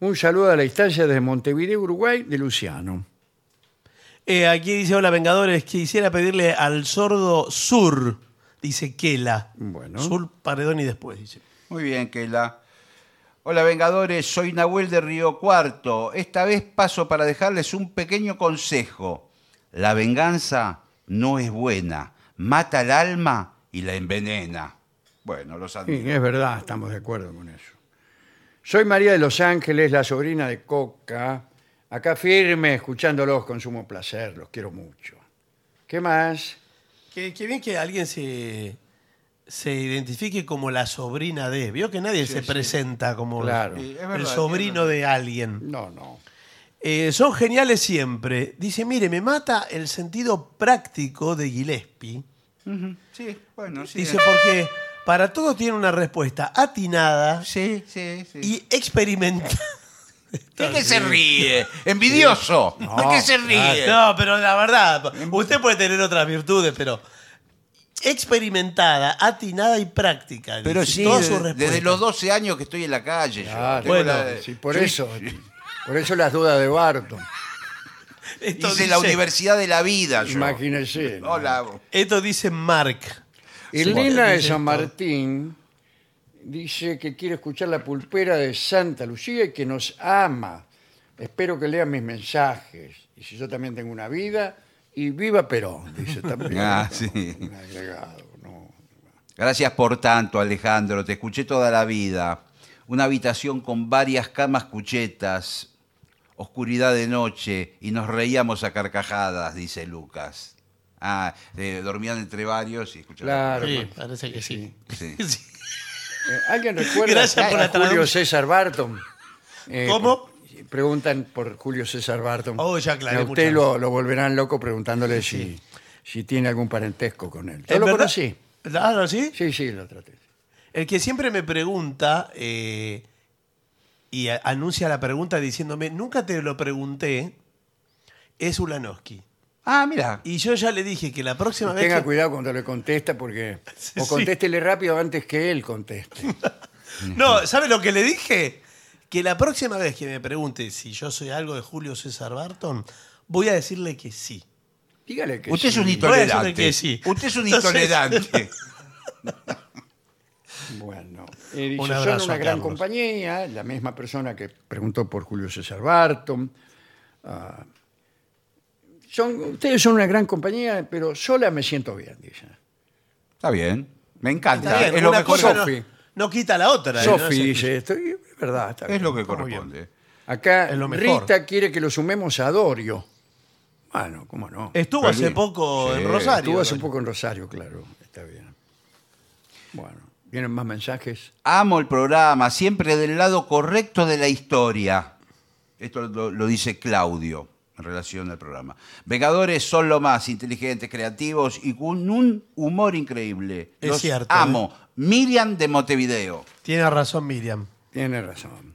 B: Un saludo a la distancia desde Montevideo, Uruguay, de Luciano.
D: Eh, aquí dice, hola Vengadores, quisiera pedirle al sordo Sur, dice Kela.
B: Bueno.
D: Sur, Paredón y después, dice.
C: Muy bien, Kela. Hola, Vengadores. Soy Nahuel de Río Cuarto. Esta vez paso para dejarles un pequeño consejo. La venganza no es buena. Mata al alma y la envenena. Bueno, los
B: Sí,
C: admiro.
B: es verdad, estamos de acuerdo con eso. Soy María de Los Ángeles, la sobrina de Coca. Acá firme, escuchándolos con sumo placer, los quiero mucho. ¿Qué más?
D: Qué, qué bien que alguien se, se identifique como la sobrina de. Vio que nadie se presenta como
B: Claro.
C: Sí, es verdad,
D: el
C: es
D: sobrino de alguien.
B: No, no.
D: Eh, son geniales siempre. Dice, mire, me mata el sentido práctico de Gillespie.
C: Sí, bueno, sí.
D: Dice, porque para todo tiene una respuesta atinada
C: Sí, sí, sí. *laughs*
D: y experimentada.
C: ¿De qué se ríe? ¡Envidioso! ¿De qué se ríe?
D: No, pero la verdad, usted puede tener otras virtudes, pero experimentada, atinada y práctica.
C: Pero
D: dice,
C: sí, eh,
D: todas sus
C: desde,
D: respuestas.
C: los 12 años que estoy en la calle. yo.
B: Claro,
C: Tengo
D: Bueno,
C: la-
B: sí, por
C: yo
B: eso. Por eso las dudas de Barton.
D: Esto
C: Hice la
D: dice-
C: Universidad de la Vida. yo.
B: Imagínese. ¿no?
C: Hola.
D: Esto dice Mark.
B: Elena de
D: dice
B: San
D: esto.
B: Martín dice que quiere escuchar la pulpera de Santa Lucía y que nos ama. Espero que lea mis mensajes. Y si yo también tengo una vida, y viva Perón, dice también.
C: Ah, sí.
B: Un agregado, ¿no?
C: Gracias por tanto, Alejandro. Te escuché toda la vida. Una habitación con varias camas cuchetas, oscuridad de noche y nos reíamos a carcajadas, dice Lucas. Ah, eh, dormían entre varios y escuchaban.
B: Claro.
D: Sí,
B: Eh,
D: parece que sí.
C: Sí.
D: Sí.
B: ¿Alguien recuerda
D: Gracias por
B: a
D: la traducción.
B: Julio César Barton? Eh,
D: ¿Cómo?
B: Preguntan por Julio César Barton.
D: Oh, ya aclaré
B: Y a usted
D: muchas
B: lo, lo volverán loco preguntándole si, si tiene algún parentesco con él. Yo
D: *laughs* ¿En
B: lo
D: verdad?
B: conocí.
D: Ah, ¿no, sí?
B: Sí, sí, lo traté.
D: El que siempre me pregunta eh, y a- anuncia la pregunta diciéndome, nunca te lo pregunté, es Ulanowski.
C: Ah, mira.
D: Y yo ya le dije que la próxima vez
B: Tenga
D: que-
B: cuidado cuando le contesta porque
D: Sí,
B: o
D: sí.
B: contéstele rápido antes que él conteste.
D: No, ¿sabe lo que le dije? Que la próxima vez que me pregunte si yo soy algo de Julio César Barton, voy a decirle que sí.
B: Dígale que
C: Usted es
B: sí.
C: un
D: Voy a decirle
C: intolerante.
D: que sí.
C: Usted es un
D: Entonces- *laughs*
C: intolerante.
B: Bueno, eh, dice,
D: Un
B: son
D: abrazo
B: una
D: a
B: gran
D: Carlos.
B: compañía, la misma persona que preguntó por Julio César Barton. Ah, son, ustedes son una gran compañía, pero sola me siento bien, dice.
C: Está Ah, bien. Me encanta.
D: Está bien,
C: es lo
D: una
C: que
D: cosa no,
C: corresponde.
B: Sofi.
D: no quita la otra. ¿eh?
B: Sofi
D: No sé.
B: dice esto, y es verdad, está
C: Es
B: bien.
C: lo que
D: muy bien.
C: corresponde.
B: Acá
D: Es lo mejor.
B: Rita quiere que lo sumemos a Dorio. Bueno, cómo no.
D: Estuvo hace
C: Feliz.
D: poco
C: Sí,
D: en Rosario.
B: Estuvo hace un
D: Doña.
B: poco en Rosario, claro, está bien. Bueno, ¿vienen más mensajes?
C: Amo el programa, siempre del lado correcto de la historia. Esto lo, lo dice Claudio en relación al programa. Vengadores son lo más inteligentes, creativos y con un humor increíble.
D: Es
C: Los
D: cierto,
C: Amo.
B: ¿eh?
C: Miriam de Montevideo.
D: Tiene razón Miriam.
B: Tiene razón.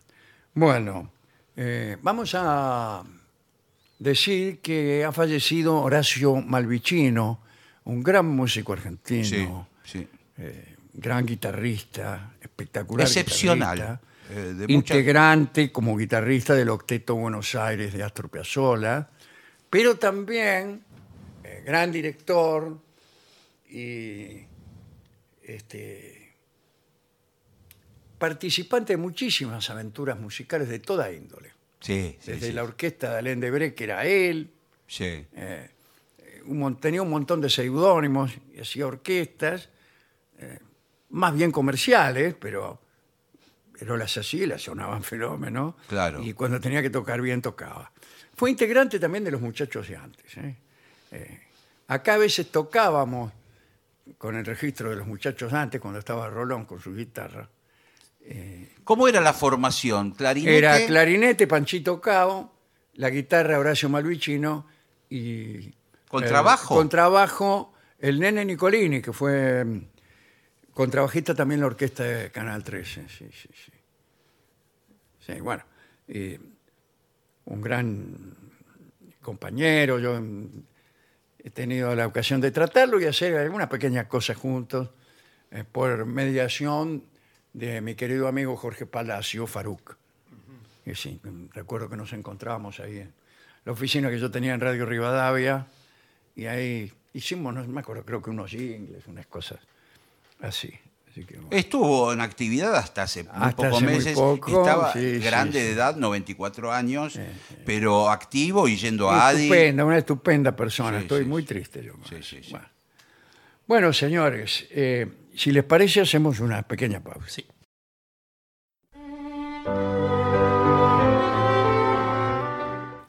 B: Bueno, eh, vamos a decir que ha fallecido Horacio Malvicino, un gran músico argentino,
C: sí.
B: gran guitarrista, espectacular.
C: Excepcional.
B: guitarrista,
C: Eh, de mucha-
B: integrante como guitarrista del Octeto Buenos Aires de Astor Piazzolla, pero también eh, gran director y este, participante de muchísimas aventuras musicales de toda índole.
C: sí, sí,
B: Desde
C: sí,
B: la Eh. orquesta de Alain Debré, que era él,
C: sí.
B: un mon- tenía un montón de seudónimos y hacía orquestas, eh, más bien comerciales, pero, pero las hacía y las sonaban *laughs* fenómeno.
C: Claro.
B: Y cuando tenía que tocar bien, tocaba. Fue integrante también de los muchachos de antes. ¿eh? Eh, acá a veces tocábamos con el registro de los muchachos de antes, cuando estaba Rolón con su guitarra.
C: ¿Cómo era la formación? ¿Clarinete?
B: Era clarinete, Panchito Cao, la guitarra Horacio Malvicino y...
C: ¿Contrabajo?
B: eh, contrabajo, el nene Nicolini, que fue mm, contrabajista también en la orquesta de Canal 13. Sí, sí, sí. Sí, bueno. y un gran compañero, yo mm, he tenido la ocasión de tratarlo y hacer algunas pequeñas cosas juntos eh, por mediación de mi querido amigo Jorge Palacio Faruk. Y sí, mm, recuerdo que nos encontrábamos ahí en la oficina que yo tenía en Radio Rivadavia y ahí hicimos, no me acuerdo, creo que unos jingles, unas cosas así. Así que, bueno.
C: Estuvo en actividad hasta hace muy
B: Hasta
C: pocos
B: hace muy
C: meses.
B: poco,
C: Estaba
B: sí,
C: grande
B: sí,
C: de
B: sí.
C: edad, 94 años, pero activo y yendo a Adi.
B: Estupenda, una estupenda persona.
C: Sí,
B: Estoy
C: sí,
B: muy
C: sí.
B: triste yo. con
C: Sí,
B: eso.
C: sí, sí.
B: Bueno. Bueno, señores, eh, si les parece, hacemos una pequeña pausa.
D: Sí.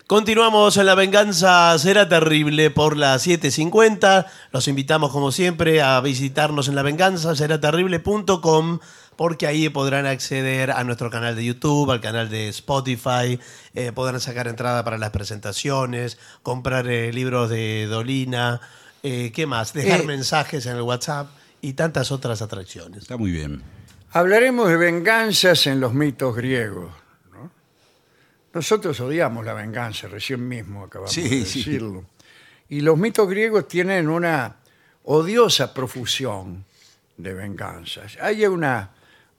D: Continuamos en La Venganza Será Terrible por las 7.50. Los invitamos, como siempre, a visitarnos en lavenganzaseraterrible.com porque ahí podrán acceder a nuestro canal de YouTube, al canal de Spotify, eh, podrán sacar entrada para las presentaciones, comprar eh, libros de Dolina, eh, ¿qué más? Dejar
C: Eh.
D: mensajes en el WhatsApp y tantas otras atracciones.
C: Está muy bien.
B: Hablaremos de venganzas en los mitos griegos. ¿no? Nosotros odiamos la venganza, recién mismo acabamos
C: Sí,
B: de
C: sí.
B: decirlo. Y los mitos griegos tienen una odiosa profusión de venganzas. Hay una,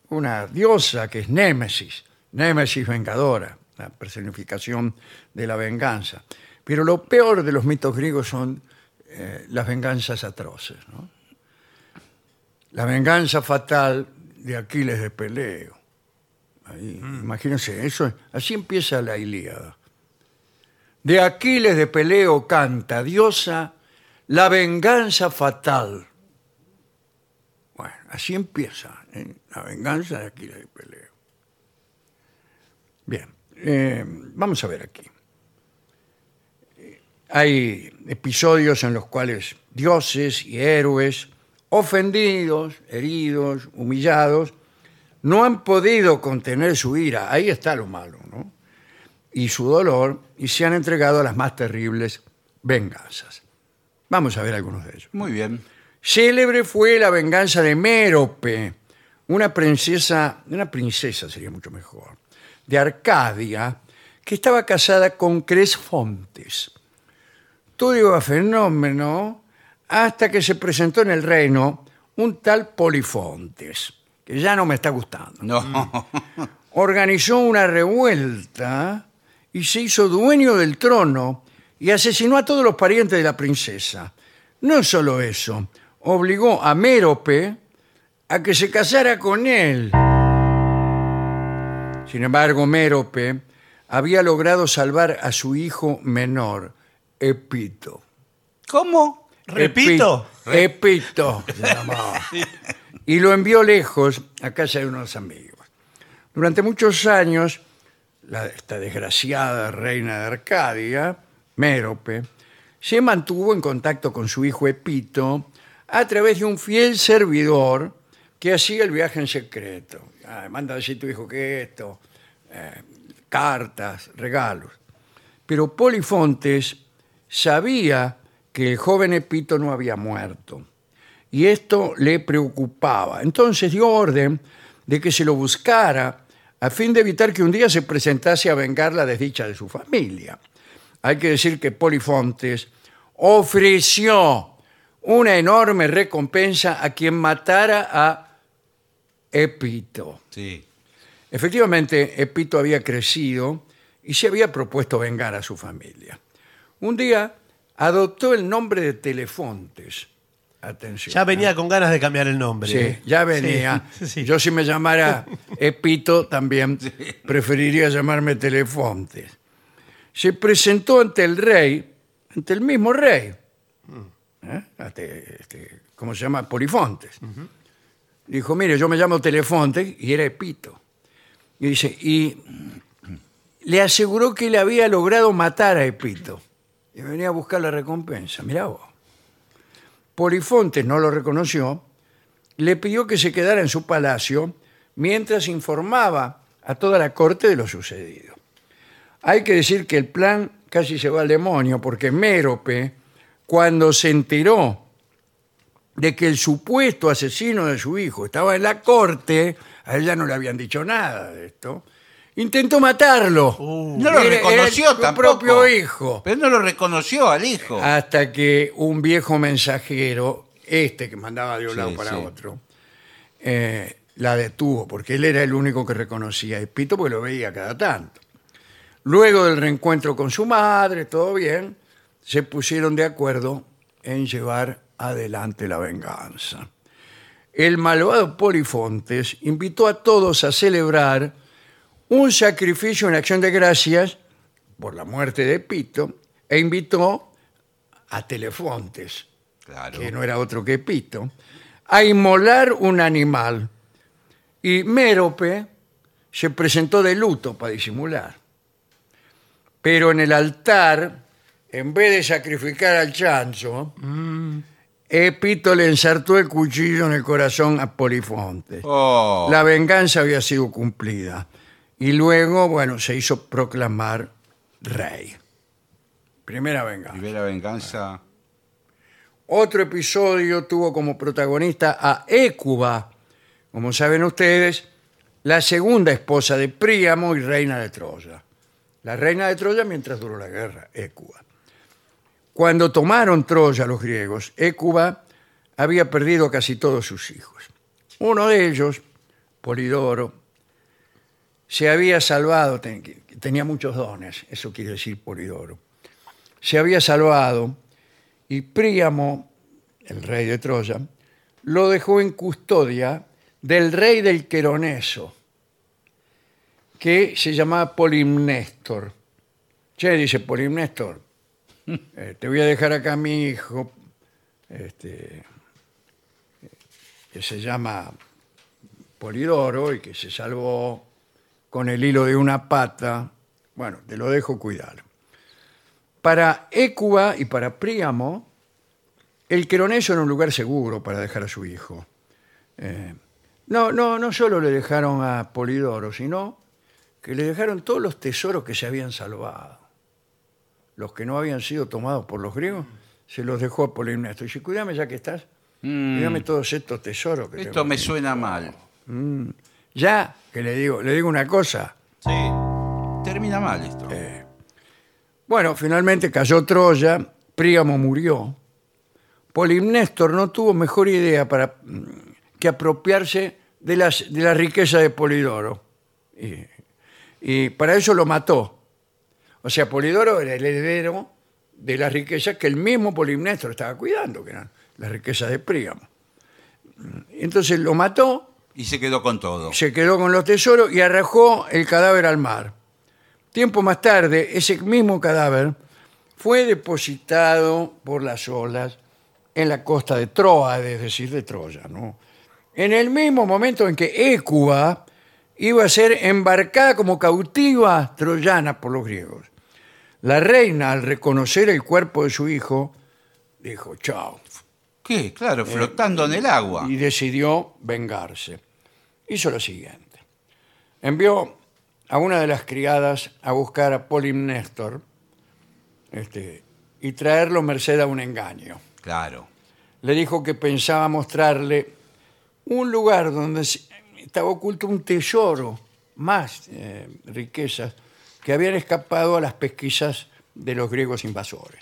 B: una diosa que es Némesis, Némesis vengadora, la personificación de la venganza. Pero lo peor de los mitos griegos son eh, las venganzas atroces. ¿no? La venganza fatal de Aquiles de Peleo. Ahí, Imagínense, eso, es- así empieza la Ilíada. De Aquiles de Peleo canta, diosa, la venganza fatal. Bueno, así empieza, ¿eh? la venganza de Aquiles de Peleo. Bien, eh, vamos a ver aquí. Eh, Hay episodios en los cuales dioses y héroes, ofendidos, heridos, humillados, no han podido contener su ira, ahí está lo malo, ¿no? Y su dolor, y se han entregado a las más terribles venganzas. Vamos a ver algunos de ellos.
C: Muy bien.
B: Célebre fue la venganza de Mérope, una princesa, una princesa sería mucho mejor, de Arcadia, que estaba casada con Cresfontes. Todo iba fenómeno hasta que se presentó en el reino un tal Polifontes, que ya no me está gustando
C: No.
B: Mm. organizó una revuelta y se hizo dueño del trono y asesinó a todos los parientes de la princesa. No solo eso, obligó a Mérope a que se casara con él. Sin embargo, Mérope había logrado salvar a su hijo menor, Epito.
C: ¿Cómo?
D: Repito.
B: Epi- Epito. se llamaba. Y lo envió lejos a casa de unos amigos. Durante muchos años, la- esta desgraciada reina de Arcadia, Mérope, se mantuvo en contacto con su hijo Epito a través de un fiel servidor que hacía el viaje en secreto. Ah, manda a decir tu hijo que esto, eh, cartas, regalos. Pero Polifontes sabía que el joven Epito no había muerto y esto le preocupaba. Entonces dio orden de que se lo buscara a fin de evitar que un día se presentase a vengar la desdicha de su familia. Hay que decir que Polifontes ofreció una enorme recompensa a quien matara a Epito.
C: *laughs* Sí.
B: Efectivamente, Epito había crecido y se había propuesto vengar a su familia. Un día adoptó el nombre de Telefontes. Atención.
D: Ya venía con ganas de cambiar el nombre.
B: Sí, ya venía.
D: Sí, *laughs* sí.
B: Yo si me llamara Epito también preferiría llamarme Telefontes. Se presentó ante el rey, ante el mismo rey, ¿eh? Ante, este, ¿cómo se llama? Polifontes. Dijo, mire, yo me llamo Telefontes y era Epito. Y dice, y le aseguró que le había logrado matar a Epito. Y venía a buscar la recompensa, mirá vos. Polifontes no lo reconoció le pidió que se quedara en su palacio mientras informaba a toda la corte de lo sucedido. Hay que decir que el plan casi se va al demonio porque Mérope, cuando se enteró de que el supuesto asesino de su hijo estaba en la corte, a ella no le habían dicho nada de esto, intentó matarlo.
C: No lo
B: Era- era
C: reconoció
B: su
C: tampoco.
B: Uh, propio hijo. Ah,
C: Pero no lo reconoció al hijo.
B: Hasta que un viejo mensajero, este que mandaba de un
C: Sí,
B: lado para
C: sí.
B: otro, eh, la detuvo, porque él era el único que reconocía a Epito, porque lo veía cada tanto. Luego del reencuentro con su madre, todo bien, se pusieron de acuerdo en llevar adelante la venganza. El malvado Polifontes invitó a todos a celebrar un sacrificio en acción de gracias por la muerte de Pito e invitó a Telefontes,
C: claro.
B: que no era otro que Pito, a inmolar un animal. Y Mérope se presentó de luto para disimular. Pero en el altar, en vez de sacrificar al chancho, Epito le ensartó el cuchillo en el corazón a Polifontes.
C: Oh,
B: La venganza había sido cumplida. Y luego, bueno, se hizo proclamar rey. Primera venganza.
C: primera
B: Ah,
C: venganza.
B: Otro episodio tuvo como protagonista a Écuba, como saben ustedes, la segunda esposa de Príamo y reina de Troya. la reina de Troya mientras duró la guerra, Écuba. Cuando tomaron Troya los griegos, Écuba había perdido casi todos sus hijos. Uno de ellos, Polidoro, se había salvado, ten- tenía muchos dones, eso quiere decir Polidoro, se había salvado y Príamo, el rey de Troya, lo dejó en custodia del rey del Queroneso, que se llamaba Polimnéstor. Che, dice Polimnéstor, eh, te voy a dejar acá a mi hijo, este, que se llama Polidoro y que se salvó con el hilo de una pata. Bueno, te lo dejo cuidar. Para Écuba y para Príamo, el Queroneso era un lugar seguro para dejar a su hijo. Eh, no, no, no solo le dejaron a Polidoro, sino que le dejaron todos los tesoros que se habían salvado. Los que no habían sido tomados por los griegos, se los dejó a Polimnesto. Y dice, cuídame ya que estás,
C: Mm.
B: cuídame todos estos tesoros que
C: Esto
B: tengo
C: me
B: aquí".
C: suena mal.
B: Ya, que le digo, le digo una cosa.
D: Sí.
C: Termina mal esto.
B: Bueno, finalmente cayó Troya, Príamo murió. Polimnéstor no tuvo mejor idea para mm, que apropiarse de, las, de la riqueza de Polidoro. Y, y para eso lo mató. O sea, Polidoro era el heredero de las riquezas que el mismo Polimnéstor estaba cuidando, que eran las riquezas de Príamo. Mm, Entonces lo mató
C: Y se quedó con todo.
B: se quedó con los tesoros y arrojó el cadáver al mar. Tiempo más tarde, ese mismo cadáver fue depositado por las olas en la costa de Troa, es decir, de Troya, ¿no? En el mismo momento en que Écuba iba a ser embarcada como cautiva troyana por los griegos. La reina, al reconocer el cuerpo de su hijo, dijo, chao,
C: ¿Qué? Claro, flotando en el agua.
B: Eh, y decidió vengarse. Hizo lo siguiente. Envió a una de las criadas a buscar a Polimnéstor este, y traerlo merced a un engaño.
C: Claro.
B: Le dijo que pensaba mostrarle un lugar donde se- estaba oculto un tesoro, más eh, riquezas, que habían escapado a las pesquisas de los griegos invasores.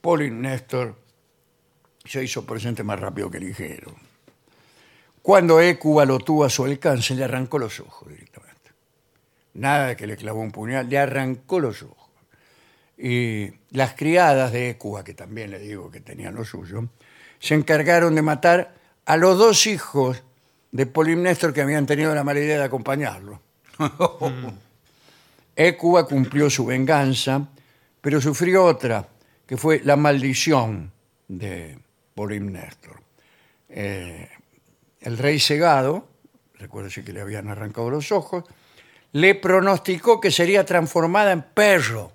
B: Polinéstor se hizo presente más rápido que ligero. Cuando Écuba lo tuvo a su alcance, le arrancó los ojos directamente. Nada de que le clavó un puñal, le arrancó los ojos. Y las criadas de Écuba, que también le digo que tenían lo suyo, se encargaron de matar a los dos hijos de Polimnéstor que habían tenido la mala idea de acompañarlo. *laughs* Écuba cumplió su venganza, pero sufrió otra, que fue la maldición de Polimnéstor. Eh, el rey cegado, recuérdese que le habían arrancado los ojos, le pronosticó que sería transformada en perro.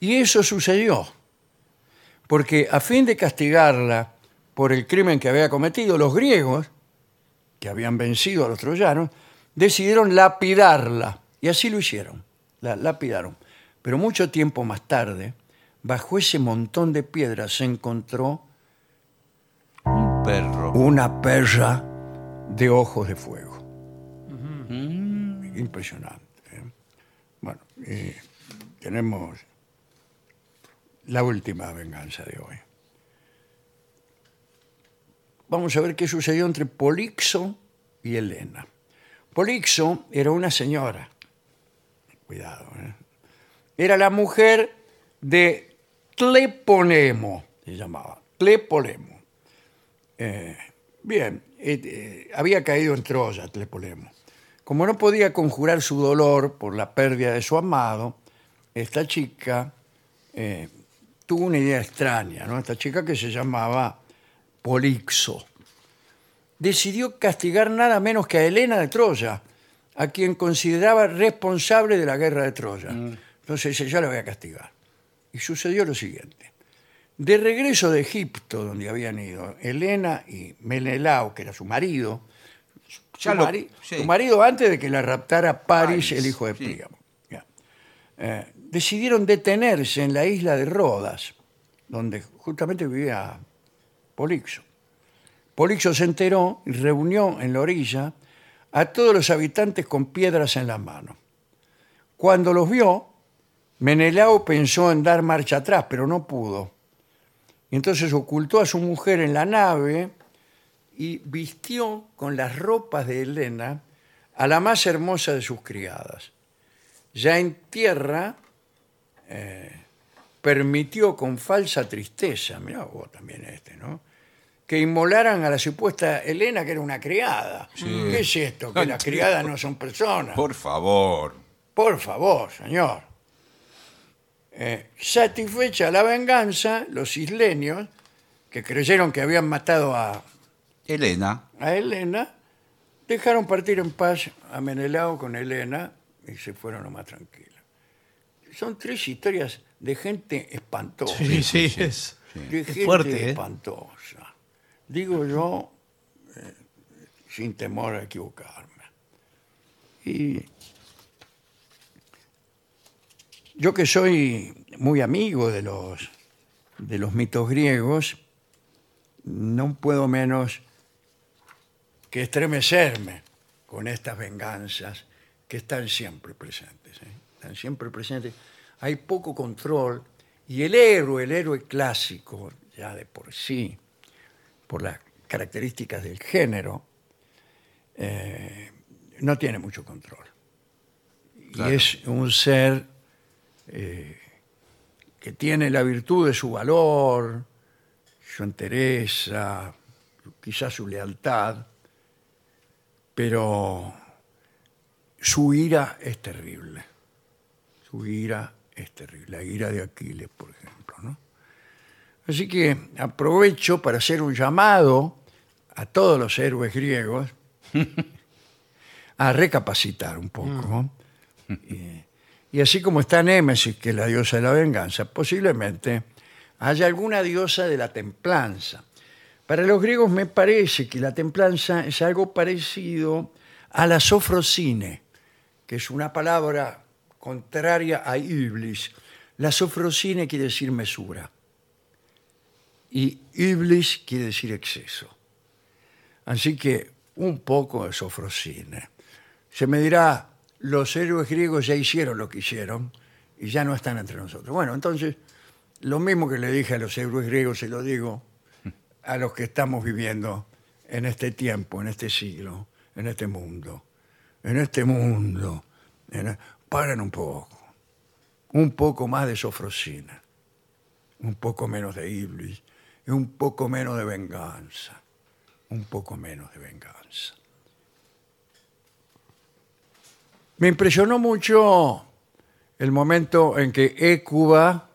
B: Y eso sucedió, porque a fin de castigarla por el crimen que había cometido, los griegos, que habían vencido a los troyanos, decidieron lapidarla. Y así lo hicieron, la lapidaron. Pero mucho tiempo más tarde, bajo ese montón de piedras se encontró
C: Un perro.
B: una perra de ojos de fuego. Impresionante. ¿eh? Bueno, eh, tenemos la última venganza de hoy. Vamos a ver qué sucedió entre Polixo y Helena. Polixo era una señora. Cuidado, ¿eh? Era la mujer de Tleponemo, se llamaba. Tleponemo. Bien, eh, eh, había caído en Troya Tlepolemo. Como no podía conjurar su dolor por la pérdida de su amado, esta chica eh, tuvo una idea extraña, ¿no? Esta chica que se llamaba Polixo. Decidió castigar nada menos que a Helena de Troya, a quien consideraba responsable de la guerra de Troya.
C: Mm.
B: Entonces dice, ya la voy a castigar. Y sucedió lo siguiente. De regreso de Egipto, donde habían ido Helena y Menelao, que era su marido, su,
C: Ya lo-
B: mari-
C: sí.
B: su marido antes de que la raptara París,
C: París,
B: el hijo de
C: sí.
B: Príamo. Ya. Eh, decidieron detenerse en la isla de Rodas, donde justamente vivía Polixo. Polixo se enteró y reunió en la orilla a todos los habitantes con piedras en las manos. Cuando los vio, Menelao pensó en dar marcha atrás, pero no pudo. Y entonces ocultó a su mujer en la nave y vistió con las ropas de Helena a la más hermosa de sus criadas. Ya en tierra eh, permitió con falsa tristeza, mirá vos también este, ¿no? Que inmolaran a la supuesta Helena, que era una criada. ¿Qué es esto? Que las criadas no son personas.
C: Por favor.
B: Por favor, señor. Eh, satisfecha la venganza, los isleños, que creyeron que habían matado a,
C: Elena.
B: a Helena, dejaron partir en paz a Menelao con Helena y se fueron lo más tranquilos. Son tres historias de gente
C: Oh,
B: espantosa.
D: Sí, sí, es.
B: de
D: es
B: gente
D: fuerte, ¿eh?
B: espantosa. Digo yo, eh, sin temor a equivocarme. Y yo que soy muy amigo de los, de los mitos griegos, no puedo menos que estremecerme con estas venganzas que están siempre presentes. ¿eh? Están siempre presentes. Hay poco control y el héroe, el héroe clásico, ya de por sí, por las características del género, eh, no tiene mucho control.
C: Claro.
B: Y es un ser eh, que tiene la virtud de su valor, su entereza, quizás su lealtad, pero su ira es terrible. Su ira es terrible, la ira de Aquiles, por ejemplo. ¿no? Así que aprovecho para hacer un llamado a todos los héroes griegos *laughs* a recapacitar un poco. ¿no? Y así como está Némesis, que es la diosa de la venganza, posiblemente haya alguna diosa de la templanza. Para los griegos me parece que la templanza es algo parecido a la sofrosine, que es una palabra contraria a iblis. La sofrosine quiere decir mesura y iblis quiere decir exceso. Así que un poco de sofrosine. Se me dirá, los héroes griegos ya hicieron lo que hicieron y ya no están entre nosotros. Bueno, entonces, lo mismo que le dije a los héroes griegos, se lo digo a los que estamos viviendo en este tiempo, en este siglo, en este mundo. En este mundo. En- paren un poco. Un poco más de sofrosina. Un poco menos de iblis. Y un poco menos de venganza. Un poco menos de venganza. Me impresionó mucho el momento en que Écuba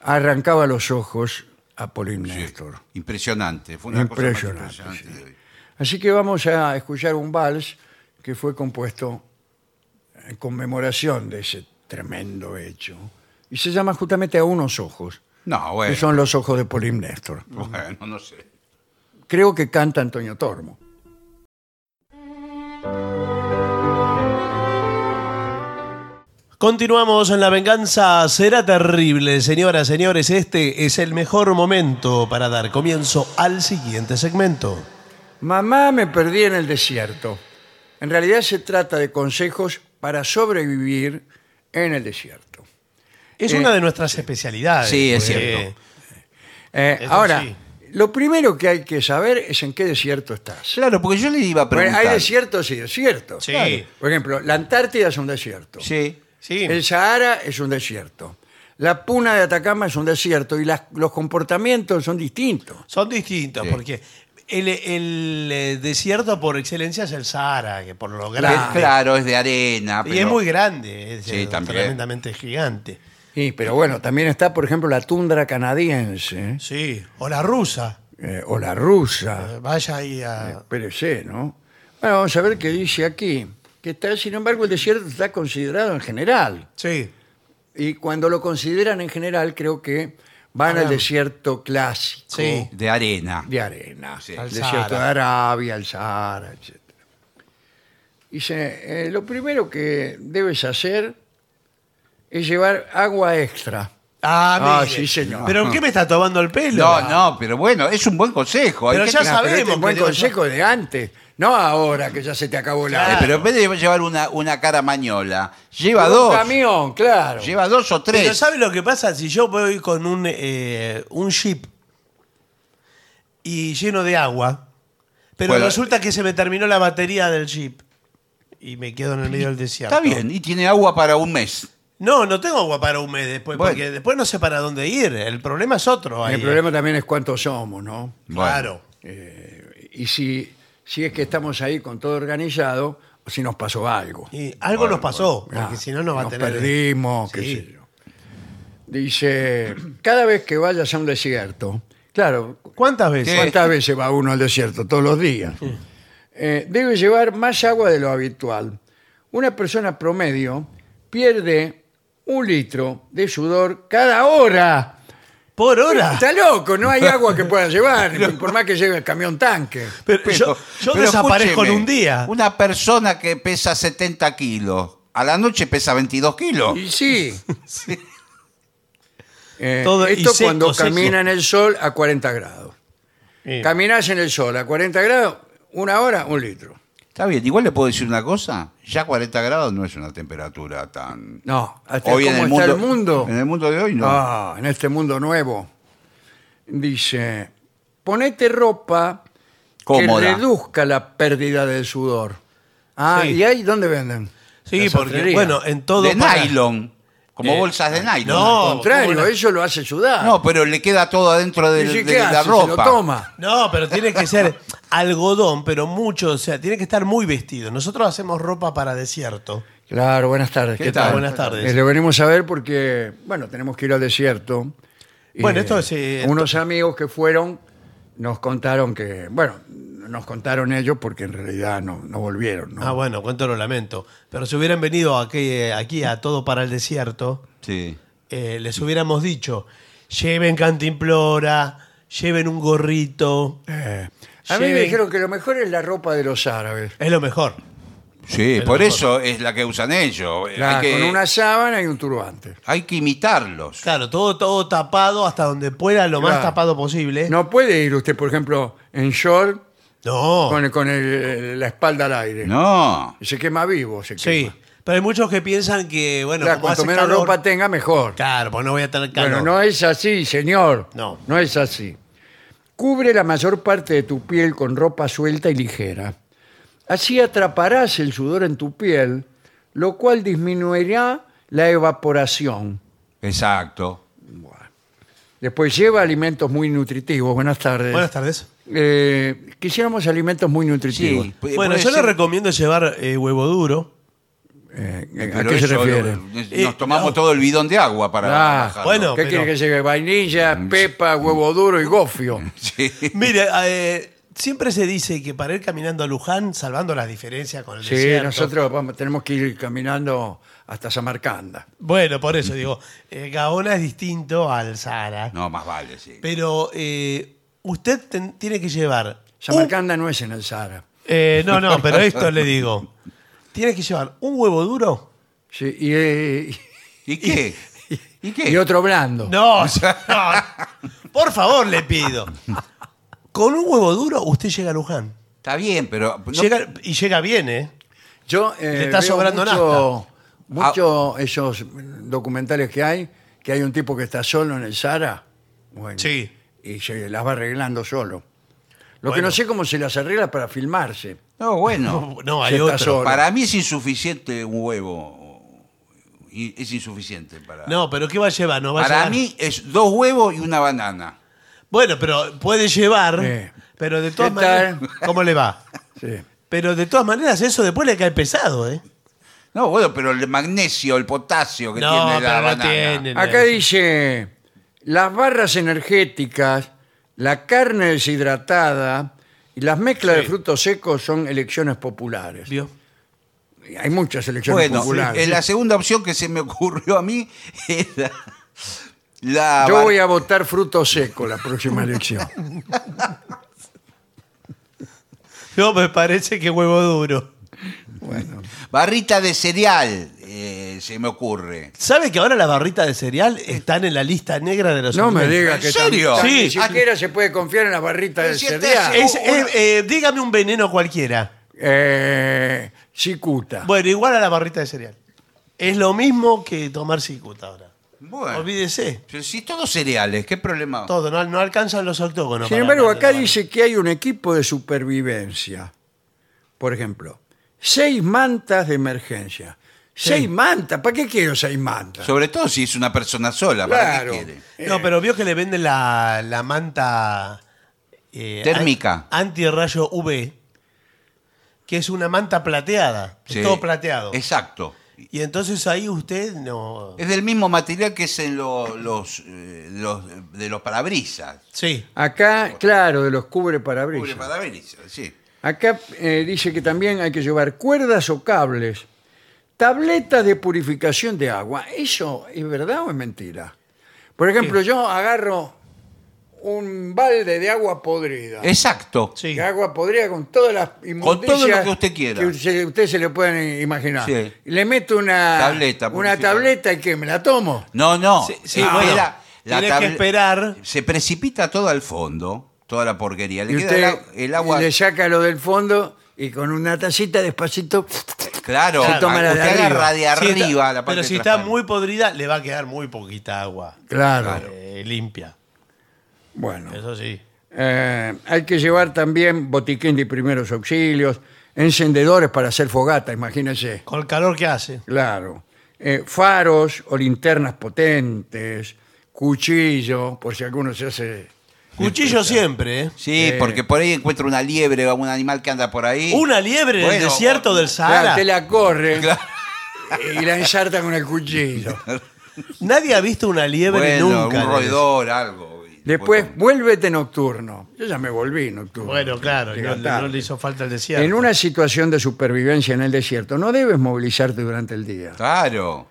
B: arrancaba los ojos a Polinéstor.
C: Impresionante. Fue una
B: Impresionante,
C: cosa más impresionante.
B: Así que vamos a escuchar un vals que fue compuesto en conmemoración de ese tremendo hecho. Y se llama justamente A unos ojos,
C: No,
B: que
C: bueno.
B: son los ojos de Polimnestor.
C: Bueno, no sé.
B: Creo que canta Antonio Tormo.
D: Continuamos en La Venganza Será Terrible. Señoras, señores, este es el mejor momento para dar comienzo al siguiente segmento.
B: Mamá, me perdí en el desierto. En realidad se trata de consejos para sobrevivir en el desierto.
D: Es una de nuestras especialidades.
C: Eh, Sí, es
D: porque-
C: cierto.
B: Eh,
D: Eso
B: ahora,
D: sí.
B: lo primero que hay que saber es en qué desierto estás.
C: Claro, porque yo le iba a
B: Bueno,
C: preguntar.
B: hay desiertos y desiertos.
D: Sí.
B: Por ejemplo, la Antártida es un desierto.
C: Sí.
D: Sí.
B: El Sahara es un desierto. La puna de Atacama es un desierto y las- los comportamientos son distintos.
D: Son distintos,
C: Sí.
D: porque el, el, eh, desierto por excelencia es el Sahara, que por lo grande.
C: Es- claro, es de arena.
D: y es
C: pero-
D: muy grande, es
C: Sí,
D: eh,
C: también.
D: tremendamente gigante.
B: Sí, pero bueno, también está, por ejemplo, la tundra canadiense
D: Sí. O la rusa.
B: eh, o la rusa.
D: Eh, Vaya ahí a.
B: Espérese, ¿no? Bueno, vamos a ver qué dice aquí. Que está, sin embargo, el desierto está considerado en general.
D: Sí.
B: Y cuando lo consideran en general, creo que van al desierto clásico.
D: Sí.
C: De arena.
B: de arena,
C: Sí.
B: el
D: Al
B: desierto de
D: Sahara.
B: Arabia, el Sahara, etc. Dice, eh, lo primero que debes hacer es llevar agua extra Ah,
D: Ah, mire.
B: sí, señor.
D: ¿Pero en qué me está tomando el pelo?
C: No, no, pero bueno, es un buen consejo. hay
D: Pero
C: que
D: ya
C: tener-
B: Ah, pero este
D: sabemos
B: es buen
D: que le-
B: consejo de antes, no ahora que ya se te acabó
C: Eh,
B: la...
C: pero en vez de llevar una, una cara mañola, lleva
B: Un
C: dos.
B: camión, claro.
C: Lleva dos o
D: Pero
C: tres.
D: ¿sabe lo que pasa? Si yo voy con un, eh, un jeep y lleno de agua, pero
C: Bueno,
D: resulta que se me terminó la batería del jeep y me quedo en el medio del desierto.
C: Está bien, y tiene agua para un mes.
D: No, no tengo agua para un mes después,
C: Bueno.
D: porque después no sé para dónde ir. El problema es otro. ahí, ¿eh?
B: El problema también es cuántos somos, ¿no?
D: Claro.
B: Y si, si es que estamos ahí con todo organizado, o si nos pasó algo.
D: Y algo nos pasó, porque
B: Ah,
D: si no, no va a
B: nos
D: tener.
B: perdimos, qué
D: Sí.
B: sé yo. Dice, cada vez que vayas a un desierto, claro,
D: ¿Cuántas veces?
C: Sí.
B: ¿Cuántas veces va uno al desierto? Todos los días. Eh, debe llevar más agua de lo habitual. Una persona promedio pierde un litro de sudor cada hora.
D: Por hora.
B: Está loco, no hay agua que pueda llevar,
D: *laughs*
B: por más que lleve el camión tanque.
D: Pero, yo yo
C: pero
D: desaparezco en
C: escúcheme,
D: un día.
C: Una persona que pesa 70 kilos, a la noche pesa 22 kilos.
B: Y sí. Eh,
D: Todo- y
B: esto
D: seco,
B: cuando
D: seco.
B: camina en el sol a 40 grados.
D: Sí.
B: Caminás en el sol a 40 grados, una hora, un litro.
C: Está bien, igual le puedo decir una cosa, ya 40 grados no es una temperatura tan...
B: No, hasta
C: Hoy
B: cómo
C: en el,
B: está
C: mundo,
B: el mundo.
C: en el mundo de hoy no.
B: Ah, en este mundo nuevo. Dice, ponete ropa que
C: Cómoda.
B: reduzca la pérdida del sudor. Ah,
D: Sí.
B: ¿y ahí dónde venden?
D: Sí,
B: Las
D: porque,
B: sastrerías.
D: bueno, en todo.
C: de
D: para-
C: nylon, como
D: Eh,
C: bolsas de nylon.
D: no.
B: Al contrario,
D: ¿cómo la-
B: eso lo hace sudar.
C: No, pero le queda todo adentro
B: ¿Y
C: del- de,
B: qué hace?
C: la ropa.
B: Se lo toma.
D: No, pero tiene que ser algodón, pero mucho, o sea, tiene que estar muy vestido. Nosotros hacemos ropa para desierto.
B: Claro, buenas tardes.
C: ¿Qué
B: ¿Qué
C: tal?
B: tal?
D: Buenas tardes.
B: Eh, lo venimos a ver porque, bueno, tenemos que ir al desierto. Y,
D: Bueno, esto
B: eh,
D: es, eh,
B: Unos amigos que fueron nos contaron que, bueno, nos contaron ellos porque en realidad no, no volvieron. ¿no?
D: Ah, bueno, cuánto lo lamento. Pero si hubieran venido aquí, aquí a todo para el desierto,
C: Sí.
D: eh, les hubiéramos dicho, lleven cantimplora, lleven un gorrito,
B: Eh, a mí me
D: Lleven-
B: dijeron que lo mejor es la ropa de los árabes.
D: es lo mejor.
C: Sí,
D: Pero
C: por
D: por-
C: eso es la que usan
D: Eh,
C: ellos.
B: Claro,
C: hay, que,
B: Con una sábana y un turbante.
C: hay que imitarlos.
D: Claro, todo, todo tapado hasta donde pueda, lo más
B: Claro.
D: tapado posible.
B: No puede ir usted, por ejemplo, en short
D: No,
B: con, con el- la espalda al aire.
C: No.
B: Se quema vivo, se
D: sí.
B: quema.
D: Pero hay muchos que piensan que, bueno,
B: Claro,
D: como
B: cuanto
D: hace
B: menos
D: calor-
B: ropa tenga, mejor.
D: Claro, pues no voy a tener calor.
B: Bueno, no es así, señor.
D: No.
B: No es así. Cubre la mayor parte de tu piel con ropa suelta y ligera. Así atraparás el sudor en tu piel, lo cual disminuirá la evaporación.
C: Exacto.
B: Después lleva alimentos muy nutritivos. Buenas tardes.
D: Buenas tardes.
B: Eh, quisiéramos alimentos muy nutritivos.
C: Sí. Pu-
D: Bueno,
C: puede
D: yo
C: ser-
D: le recomiendo llevar eh, huevo duro.
B: Eh, ¿A
C: Pero
B: qué se
C: eso,
B: refiere?
C: eh,
D: Eh,
C: Nos tomamos
D: no.
C: todo el bidón de agua para
B: Ah,
C: bajarlo.
D: bueno.
B: ¿Qué
D: pero-
B: quiere que llegue? Vainilla, pepa, huevo duro y gofio.
C: Sí.
D: Mire, eh, siempre se dice que para ir caminando a Luján, salvando las diferencias con el
B: Sí,
D: desierto.
B: nosotros vamos, tenemos que ir caminando hasta Samarcanda.
D: Bueno, por eso digo, eh, Gaona es distinto al Sahara.
C: No, más vale, sí.
D: Pero eh, usted ten- tiene que llevar. un-
B: Samarcanda no es en el Sahara.
D: eh, no, no, pero esto le digo. Tiene que llevar un huevo duro.
B: Sí, y, eh, *laughs*
C: ¿Y qué? ¿Y qué?
B: y otro blando.
D: No, *laughs* no. Por favor, le pido. Con un huevo duro, usted llega a Luján.
C: Está bien, pero... no-
D: Llega- y llega bien, ¿eh?
B: Yo eh,
D: Le está
B: veo
D: sobrando
B: mucho, mucho esos documentales que hay, que hay un tipo que está solo en el Sahara. bueno,
D: Sí.
B: Y se las va arreglando solo. Lo que
D: Bueno.
B: no sé cómo se las arregla para filmarse.
C: No, bueno.
D: *laughs* No, hay
B: está
D: otro.
B: solo.
C: Para mí es insuficiente un huevo. Y es insuficiente para...
D: No, pero ¿qué va a llevar? No va a
C: para
D: llevar-
C: mí es dos huevos y una banana.
D: Bueno, pero puede llevar,
B: Eh.
D: pero de todas
B: ¿Qué tal?
D: maneras. ¿Cómo le va?
B: Sí.
D: Pero de todas maneras, eso después le cae pesado, ¿eh?
C: No, bueno, pero el magnesio, el potasio que
D: No,
C: tiene la
D: pero no
C: banana.
D: tiene.
B: Acá dice, las barras energéticas, la carne deshidratada y las mezclas de frutos secos son elecciones populares.
D: ¿Vio?
B: Hay muchas elecciones
C: Bueno,
B: populares.
C: eh, la segunda opción que se me ocurrió a mí *laughs* era
D: Ah,
C: la...
B: Yo
C: bar-
B: voy a votar fruto seco la próxima
D: *laughs*
B: elección.
D: No, me parece que huevo duro.
B: Bueno,
C: barrita de cereal. eh, se me ocurre.
D: ¿Sabe que ahora las barritas de cereal están en la lista negra de los
B: No me
D: alimentos?
B: diga
C: ¿En
B: que
C: serio?
B: tan- tan
D: Sí. este
B: siquiera se puede confiar en la barrita
C: Pero
B: del
C: si estás-
B: cereal.
D: Es- es- eh, dígame un veneno cualquiera.
B: Eh, cicuta.
D: Bueno, igual a la barrita de cereal. Es lo mismo que tomar cicuta ahora.
C: Bueno.
D: Olvídese.
C: Pero si todos cereales, ¿qué problema?
D: Todo, no, no alcanzan los octógonos.
B: Sin
D: para
B: embargo,
D: darle
B: acá
D: la
B: dice que hay un equipo de supervivencia. Por ejemplo, seis mantas de emergencia. Seis mantas, ¿para qué quiero seis mantas?
C: Sobre todo si es una persona sola, ¿para qué
B: Claro.
C: quiere?
D: mano. No, pero vio que le venden la, la manta... eh,
C: Térmica.
D: an- Antirrayo UV, que es una manta plateada. Es
C: Sí.
D: todo plateado.
C: Exacto.
D: Y entonces ahí usted no...
C: Es del mismo material que es en lo- los, eh, los- de los parabrisas.
D: Sí.
B: Acá, claro, de los cubre
C: Cubre
B: parabrisas.
C: parabrisas, sí.
B: Acá eh, dice que también hay que llevar cuerdas o cables, tabletas de purificación de agua. ¿Eso es verdad o es mentira? Por ejemplo, yo agarro un balde de agua podrida.
C: Exacto.
D: Sí.
B: Que agua podrida con todas las inmundicias
C: todo lo que usted quiera.
B: que usted, usted se le pueden imaginar.
C: Sí.
B: Le meto una
C: Tableta,
B: una
C: purificador.
B: tableta y que me la tomo.
C: No, no.
D: Sí, sí, bueno,
C: la
D: tiene que
C: tabl-
D: esperar.
C: Se precipita todo al fondo, toda la porquería. Le
B: y
C: queda
B: usted
C: el, a- el agua.
B: le saca lo del fondo y con una tacita despacito
C: Claro,
B: se toma la de
C: usted
B: arriba.
C: agarra de
D: Si
C: arriba
D: está-
C: la parte
D: pero si está
C: transparente.
D: muy podrida, le va a quedar muy poquita agua.
B: Claro.
D: eh, limpia,
B: Bueno.
D: eso sí.
B: Eh, hay que llevar también botiquín de primeros auxilios, encendedores para hacer fogata, imagínense.
D: Con el calor que hace.
B: Claro. Eh, faros o linternas potentes, cuchillo, por si alguno se hace...
D: Cuchillo siempre, ¿eh?
C: Sí, porque por ahí encuentra una liebre o un animal que anda por ahí.
D: Una liebre en el
C: Bueno,
D: desierto del
B: Claro,
D: Sahara.
B: usted la corre
C: Claro.
B: *laughs* y la ensarta con el
D: *laughs*
B: cuchillo.
D: Nadie ha visto una liebre
C: Bueno,
D: nunca.
C: un roedor, algo. Y
B: Después, vuélvete nocturno. Yo ya me volví nocturno.
D: Bueno, claro,
B: Llega
D: no, no
B: tarde.
D: le hizo falta el desierto.
B: En una situación de supervivencia en el desierto, no debes movilizarte durante el día.
C: Claro.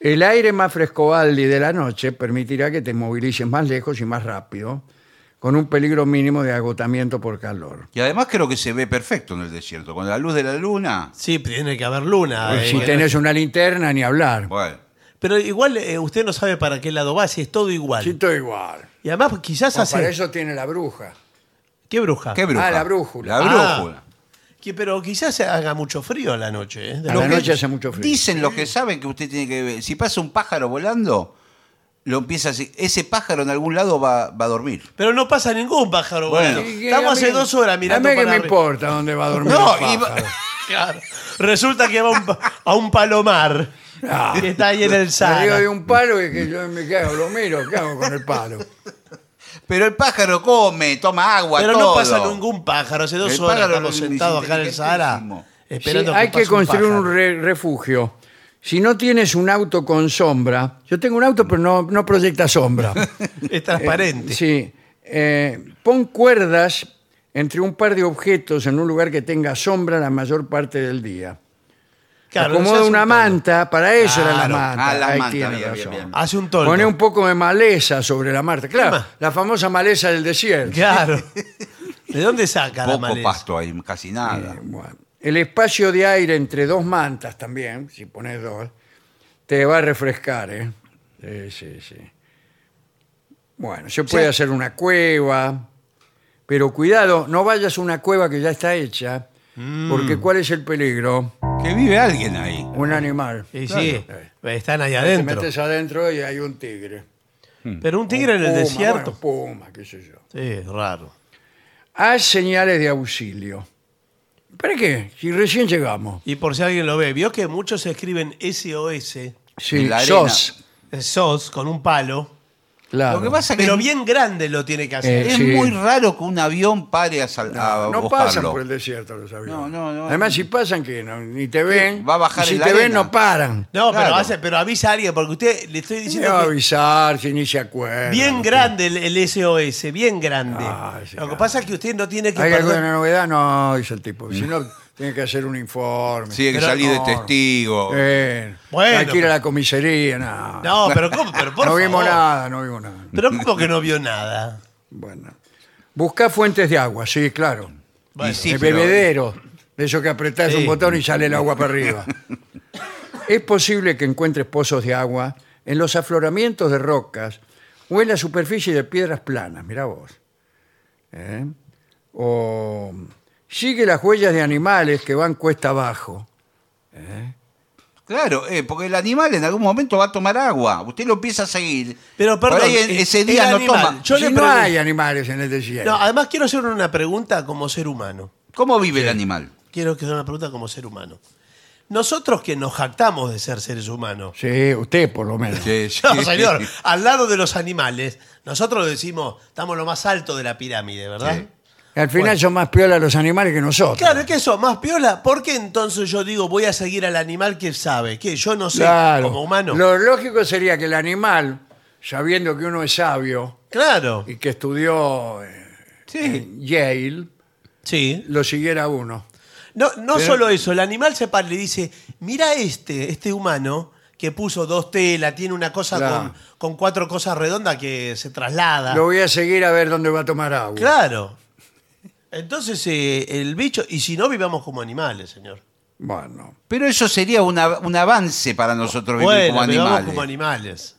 B: El aire más frescobaldi de la noche permitirá que te movilices más lejos y más rápido, con un peligro mínimo de agotamiento por calor.
C: Y además creo que se ve perfecto en el desierto. Con la luz de la luna.
D: Sí, tiene que haber luna. eh,
B: Pues si
D: bueno.
B: tenés una linterna, ni hablar.
C: Bueno.
D: Pero igual eh, usted no sabe para qué lado va, si es todo igual.
B: Sí, todo igual.
D: Y además quizás
B: Pues para
D: hace...
B: eso tiene la bruja.
D: ¿Qué bruja?
C: ¿Qué bruja?
B: Ah, la brújula.
C: La
D: Ah.
C: brújula.
D: Que- pero quizás haga mucho frío a la noche. ¿eh? De
B: A
D: lo
B: la
D: que-
B: noche hace mucho frío.
C: Dicen los que saben que usted tiene que ver. Si pasa un pájaro volando, lo empieza así. Ese pájaro en algún lado va, va a dormir.
D: Pero no pasa ningún pájaro.
C: Bueno.
D: boludo.
B: Y que
D: estamos
B: a
D: hace
B: mí-
D: dos horas mirando
B: A mí que
D: para
B: me
D: arriba.
B: importa dónde va a dormir.
C: No,
B: el
C: y va-
B: pájaro.
D: Claro. Resulta que va a un pa- a un palomar que está ahí en el
B: Arriba Ah. de
D: Sahara.
B: un palo y que yo me cago, lo miro, ¿qué hago con el palo?
C: Pero el pájaro come, toma agua,
D: Pero no
C: todo.
D: pasa ningún pájaro. Hace dos
C: El
D: horas
C: pájaro
D: estamos
C: es
D: sentados acá en el Sahara
C: inteligentísimo.
D: *laughs* esperando
B: Sí, hay que,
D: pase un
B: construir un,
D: pájaro.
B: re- refugio. Si no tienes un auto con sombra, yo tengo un auto pero no, no proyecta
D: *laughs*
B: sombra.
D: Es transparente.
B: Eh, Sí. Eh, pon cuerdas entre un par de objetos en un lugar que tenga sombra la mayor parte del día.
D: Claro, se
B: Acomoda
D: hace
B: una
D: un tono.
B: manta, para eso era la
D: Claro.
B: manta.
C: Ah, la
B: Ahí
C: manta,
B: tiene
C: bien,
B: razón.
C: bien, bien.
D: Hace un toldo.
B: Pone un poco de maleza sobre la manta. Claro,
D: Toma.
B: la famosa maleza del desierto. *laughs*
D: *laughs* Claro. ¿De dónde saca la
C: Poco
D: maleza?
C: pasto ahí, casi nada.
B: Eh, bueno. El espacio de aire entre dos mantas también, si pones dos, te va a refrescar, ¿eh? Sí, sí, sí. Bueno, se puede hacer una cueva, pero cuidado, no vayas a una cueva que ya está hecha,
D: Mm.
B: porque ¿cuál es el peligro?
C: Que vive alguien ahí.
B: Un animal.
D: Eh, Sí,
B: Claro.
D: sí. Están ahí
B: Te
D: adentro.
B: metes adentro y hay un tigre.
C: Mm.
D: Pero un tigre en el
B: Puma,
D: desierto.
B: bueno, puma, qué sé yo.
D: Sí, es raro.
B: Haz señales de auxilio. ¿Para qué? Si recién llegamos.
D: Y por si alguien lo ve, vio que muchos escriben SOS,
B: Sí,
C: En la arena.
B: sos.
D: eh, SOS, con un palo.
B: Claro.
C: Lo que pasa es que
D: Pero
C: es-
D: bien grande lo tiene que hacer.
B: Eh,
C: es
B: sí.
C: muy raro que un avión pare a, sal- a
B: No pasan
C: buscarlo.
B: por el desierto los aviones.
C: No, no, no.
B: Además, si pasan, que no, ni te ven.
C: va a bajar
B: y si
C: en
B: te
C: la
B: ven,
C: arena.
B: no paran.
D: No, pero,
C: Claro.
D: hace, pero avisa a alguien, porque usted le estoy
B: Se
D: diciendo
B: va a
D: que
B: avisar si ni se acuerda.
D: bien grande el, el SOS, bien grande.
B: Ah, sí,
D: Lo que
B: claro.
D: pasa es que usted no tiene que
B: ¿Hay
D: perder-
B: alguna novedad? No, dice el tipo. Si no, tiene que hacer un informe.
C: Sí, hay que
D: Pero
C: salir
B: no.
C: de testigo.
B: Eh,
D: Bueno,
B: hay que ir a la comisaría, nada. *laughs* No,
D: No, pero ¿cómo? Pero por
B: vimos
D: favor.
B: nada, no vimos nada.
D: Pero ¿cómo que no vio nada?
B: Bueno. Buscá fuentes de agua, sí, claro.
D: Bueno,
C: sí,
B: el
C: pero-
B: bebedero. De eso que apretás
D: Sí.
B: un botón y sale el agua para arriba. Es posible que encuentres pozos de agua en los afloramientos de rocas o en la superficie de piedras planas, mira vos. ¿Eh? O sigue las huellas de animales que van cuesta abajo.
C: Claro, eh, porque el animal en algún momento va a tomar agua. Usted lo empieza a seguir.
D: Pero,
C: Por
D: perdón,
C: ahí en-
D: eh,
C: ese día
D: el
C: no
D: animal,
C: toma.
D: yo-
B: si
D: le
B: no
D: pregun-
B: hay animales en el desierto.
D: No, además quiero hacer una pregunta como ser humano.
C: ¿Cómo vive el animal?
D: Quiero que sea una pregunta como ser humano. Nosotros que nos jactamos de ser
B: *laughs*
D: seres humanos.
B: Sí, usted por lo menos.
D: *laughs* No, señor, al lado de los animales, nosotros decimos, estamos lo más alto de la pirámide, ¿verdad?
C: Sí.
B: Al final son más piola los animales que nosotros.
D: Claro, es que eso, más piola. ¿Por qué entonces yo digo voy a seguir al animal que sabe? Que yo no sé,
B: Claro.
D: como humano.
B: Lo lógico sería que el animal, sabiendo que uno es sabio
D: Claro,
B: y que estudió eh, en Yale,
D: sí.
B: lo siguiera a uno.
D: No, no solo eso, el animal se para y le dice, mira este, este humano que puso dos telas, tiene una cosa
B: Claro.
D: con, con cuatro cosas redondas que se
C: Ah.
D: traslada.
B: Lo voy a seguir a ver dónde va a tomar agua.
D: Claro. Entonces, eh, el bicho, y si no, vivamos como animales, señor.
B: Bueno,
C: Pero eso sería una- un avance para nosotros vivir
D: Bueno,
C: como
D: vivamos
C: animales.
D: como animales.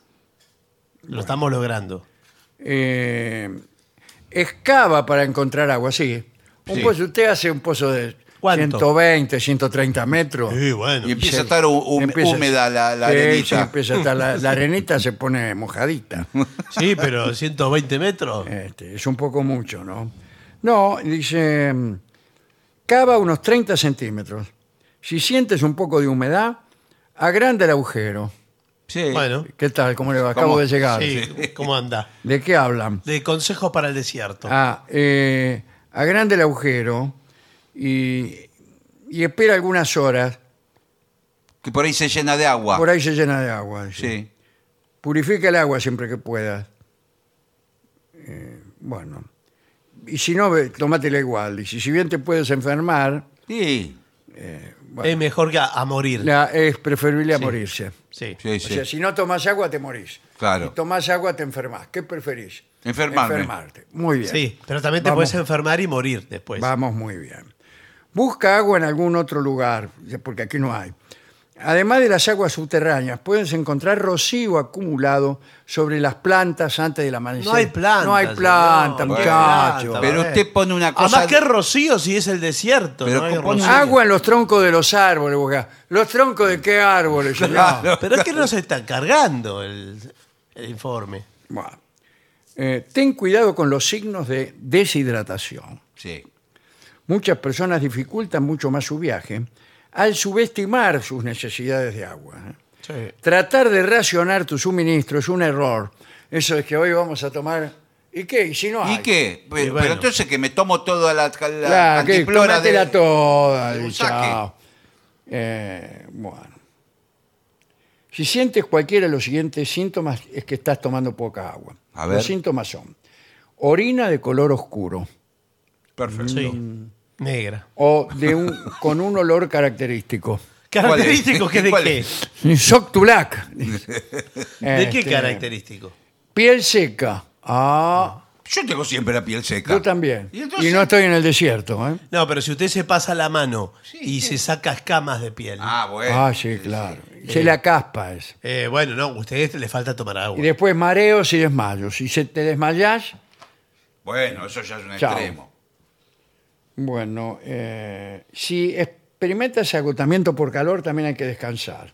D: Lo estamos logrando.
B: eh, excava para encontrar agua, sí. Un
C: Sí.
B: pozo- usted hace un pozo de
D: ¿Cuánto?
B: 120, 130 metros.
D: Sí, bueno.
C: Y empieza a estar hú- hú-
B: Empieza-
C: húmeda la, la
B: Sí, sí,
C: arenita.
B: empieza a estar la, la arenita se pone
C: *laughs*
B: mojadita.
D: Sí, pero
B: *laughs*
D: 120 metros.
B: Este, es un poco mucho, ¿no? No, dice, mm, cava unos 30 centímetros. Si sientes un poco de humedad, agranda el agujero.
C: Sí.
D: Bueno,
B: ¿Qué tal? ¿Cómo le va? Acabo
C: ¿Cómo?
B: de llegar.
D: sí, ¿cómo anda?
B: ¿De qué hablan?
D: De consejos para el desierto.
B: Ah, eh, agranda el agujero y, y espera algunas horas.
C: Que por ahí se llena de agua.
B: Por ahí se llena de agua. dice.
C: Ah. Sí.
B: Purifica el agua siempre que puedas. Eh, bueno. Y si no, ve- tómatela igual. Y si, si bien te puedes enfermar,
C: Sí.
B: bueno.
D: Es mejor que a, a morir.
B: la- es preferible a morirse.
D: Sí.
C: Sí,
B: O sea,
C: sí.
B: si no tomas agua, te morís.
C: Claro.
B: Si tomás agua, te enfermas. ¿Qué preferís?
C: Enfermarme.
B: Enfermarte. Muy bien.
D: Sí, pero también te
B: Vamos.
D: puedes enfermar y morir después.
B: Vamos muy bien. Busca agua en algún otro lugar, porque aquí no hay. Además de las aguas subterráneas, puedes encontrar rocío acumulado sobre las plantas antes del amanecer.
D: No hay planta.
B: No hay planta,
C: no hay
B: muchacho.
C: planta, Pero usted pone una cosa-
D: Además, ¿qué rocío si es el desierto?
C: Pero
D: no hay
C: compone-
D: rocío.
B: Agua en los troncos de los árboles, busca. ¿Los troncos de qué
C: *laughs*
B: árboles? señor?
D: Pero es que no se está cargando el, el informe.
B: Bueno. Eh, ten cuidado con los signos de deshidratación.
C: Sí.
B: Muchas personas dificultan mucho más su viaje al subestimar sus necesidades de agua. ¿eh? Tratar de racionar tu suministro es un error. Eso es que hoy vamos a tomar. ¿Y qué? ¿Y si no hay?
C: ¿Y qué? Pero,
D: Y bueno.
C: pero entonces que me tomo toda la, la
B: Claro, que
C: cantimplora de...
B: tómatela toda.
C: de un
B: y chao. Eh, bueno. Si sientes cualquiera de los siguientes síntomas, es que estás tomando poca agua.
C: A ver.
B: Los síntomas son orina de color oscuro
C: Perfecto.
D: Sí. Negra.
B: o de un, con un olor característico.
D: ¿Característico que
C: *laughs*
D: de
C: ¿Cuál
D: qué?
C: es?
B: Soctulac.
D: ¿De qué
B: Este,
D: característico?
B: Piel seca. Ah,
C: Yo tengo siempre la piel seca.
B: yo también.
C: Y
B: Y,
C: entonces-
B: no estoy en el desierto. ¿eh?
D: No, pero si usted se pasa la mano y se saca escamas de piel.
C: Ah, bueno.
B: ah, sí, claro. Se la caspa es.
D: Eh, bueno, no, a usted le falta tomar
B: Y
D: agua.
B: después mareos y desmayos. Si se te desmayas,
C: Bueno, eso ya es un
B: Chao.
C: extremo.
B: bueno, eh, si experimentas agotamiento por calor, también hay que descansar.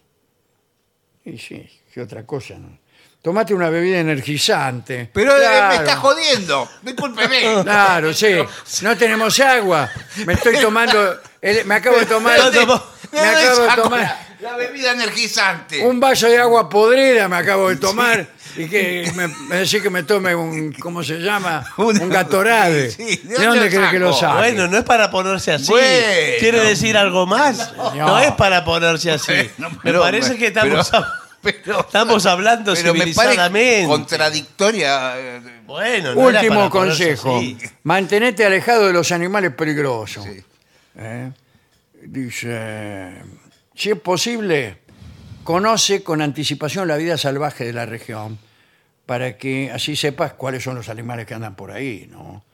B: Y sí, qué otra cosa. ¿no? Tomate una bebida energizante.
C: Pero eh, me
B: Claro.
C: está jodiendo.
B: *laughs*
C: Discúlpeme.
B: Claro,
C: *laughs*
B: sí. No tenemos agua. Me estoy tomando. el- me acabo de tomar.
D: No tomó.
B: Me acabo de
C: Saco
B: tomar.
C: la, la bebida energizante. *laughs*
B: Un vaso de agua podrida me acabo de tomar. Y
D: *laughs*
B: que me, me decís que me tome un. ¿Cómo se llama?
C: Una-
B: un
D: *laughs*
B: gatorade.
C: Sí, ¿de
B: ¿De
C: dónde
B: dónde crees que lo
C: saco?
B: saco?
D: Bueno, no es para ponerse así.
C: Bueno.
D: ¿Quiere decir algo más? No,
B: Señor.
D: es para ponerse así.
C: Bueno,
D: me
C: pero-
D: parece que estamos,
C: pero-
D: hab-
C: *laughs* pero-
D: estamos hablando
C: Pero me parece
D: civilizadamente.
C: contradictoria. eh,
D: Bueno, no era
B: Último
D: para ponerse
B: consejo.
D: así.
B: Mantenete alejado de los animales peligrosos.
C: Sí.
B: ¿Eh? Dice, si es posible, conoce con anticipación la vida salvaje de la región para que así sepas cuáles son los animales que andan por ahí, ¿no?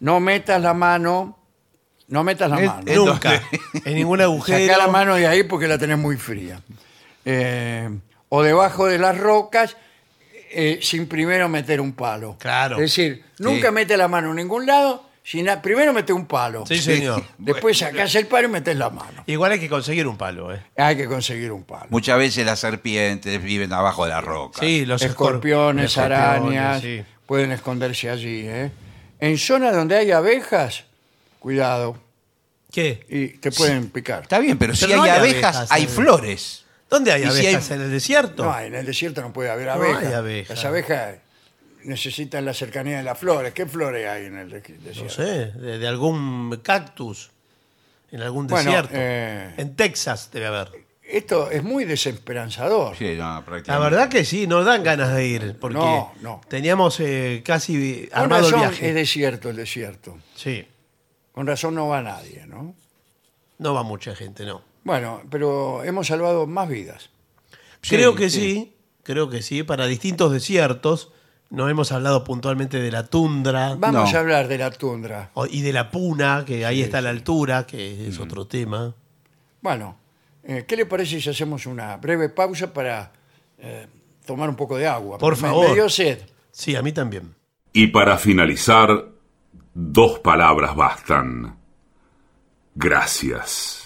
B: No metas la mano, no metas la mano.
C: eh,
D: Nunca. En ningún agujero.
B: Sacá la mano de ahí porque la tenés muy fría. eh, o debajo de las rocas eh, sin primero meter un palo.
D: Claro.
B: Es decir, nunca
C: Sí.
B: mete la mano en ningún lado, sin na- primero mete un palo.
D: Sí, señor.
B: Después sacas el palo y metes la mano.
D: Igual hay que conseguir un palo, ¿eh?
B: Hay que conseguir un palo.
C: Muchas veces las serpientes viven abajo de la roca.
D: Sí, los escor-
B: escorpiones,
D: los escorpiones,
B: arañas,
D: sí.
B: pueden esconderse allí. ¿eh? En zonas donde hay abejas, cuidado,
D: ¿Qué?
B: y te pueden picar.
C: Está bien, pero, si
D: Pero no
C: hay,
D: hay
C: abejas,
D: abejas,
C: hay
D: eh.
C: flores.
D: ¿Dónde hay
C: ¿Y si
D: abejas?
C: hay-
D: ¿En el desierto?
B: No, en el desierto no puede haber
D: No
B: abejas.
D: hay abejas.
B: Las abejas necesitan la cercanía de las flores. ¿Qué flores hay en el de- desierto?
D: No sé, de, de algún cactus, en algún
B: Bueno,
D: desierto.
B: eh,
D: En Texas debe haber.
B: Esto es muy desesperanzador.
C: Sí, no,
D: La
C: prácticamente.
D: verdad que sí, nos dan ganas de ir, porque
B: No, no.
D: teníamos eh, casi
B: Con
D: armado el
B: razón
D: viaje.
B: es desierto el desierto.
D: Sí,
B: Con razón no va nadie, ¿no?
D: no va mucha gente, no.
B: Bueno, pero hemos salvado más vidas.
C: Sí,
D: creo que
C: sí.
D: sí. creo que sí, para distintos desiertos. No hemos hablado puntualmente de la tundra
B: Vamos
C: No.
B: a hablar de la tundra.
D: o- y de la puna, que ahí está la altura, que es otro tema.
B: Bueno, eh, ¿qué le parece si hacemos una breve pausa para eh, tomar un poco de agua?
D: Por
B: Me- Me
D: favor.
B: dio sed.
D: Sí, a mí también.
E: Y para finalizar, dos palabras bastan. Gracias.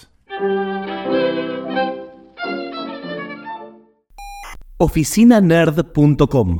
F: oficinanerd.com.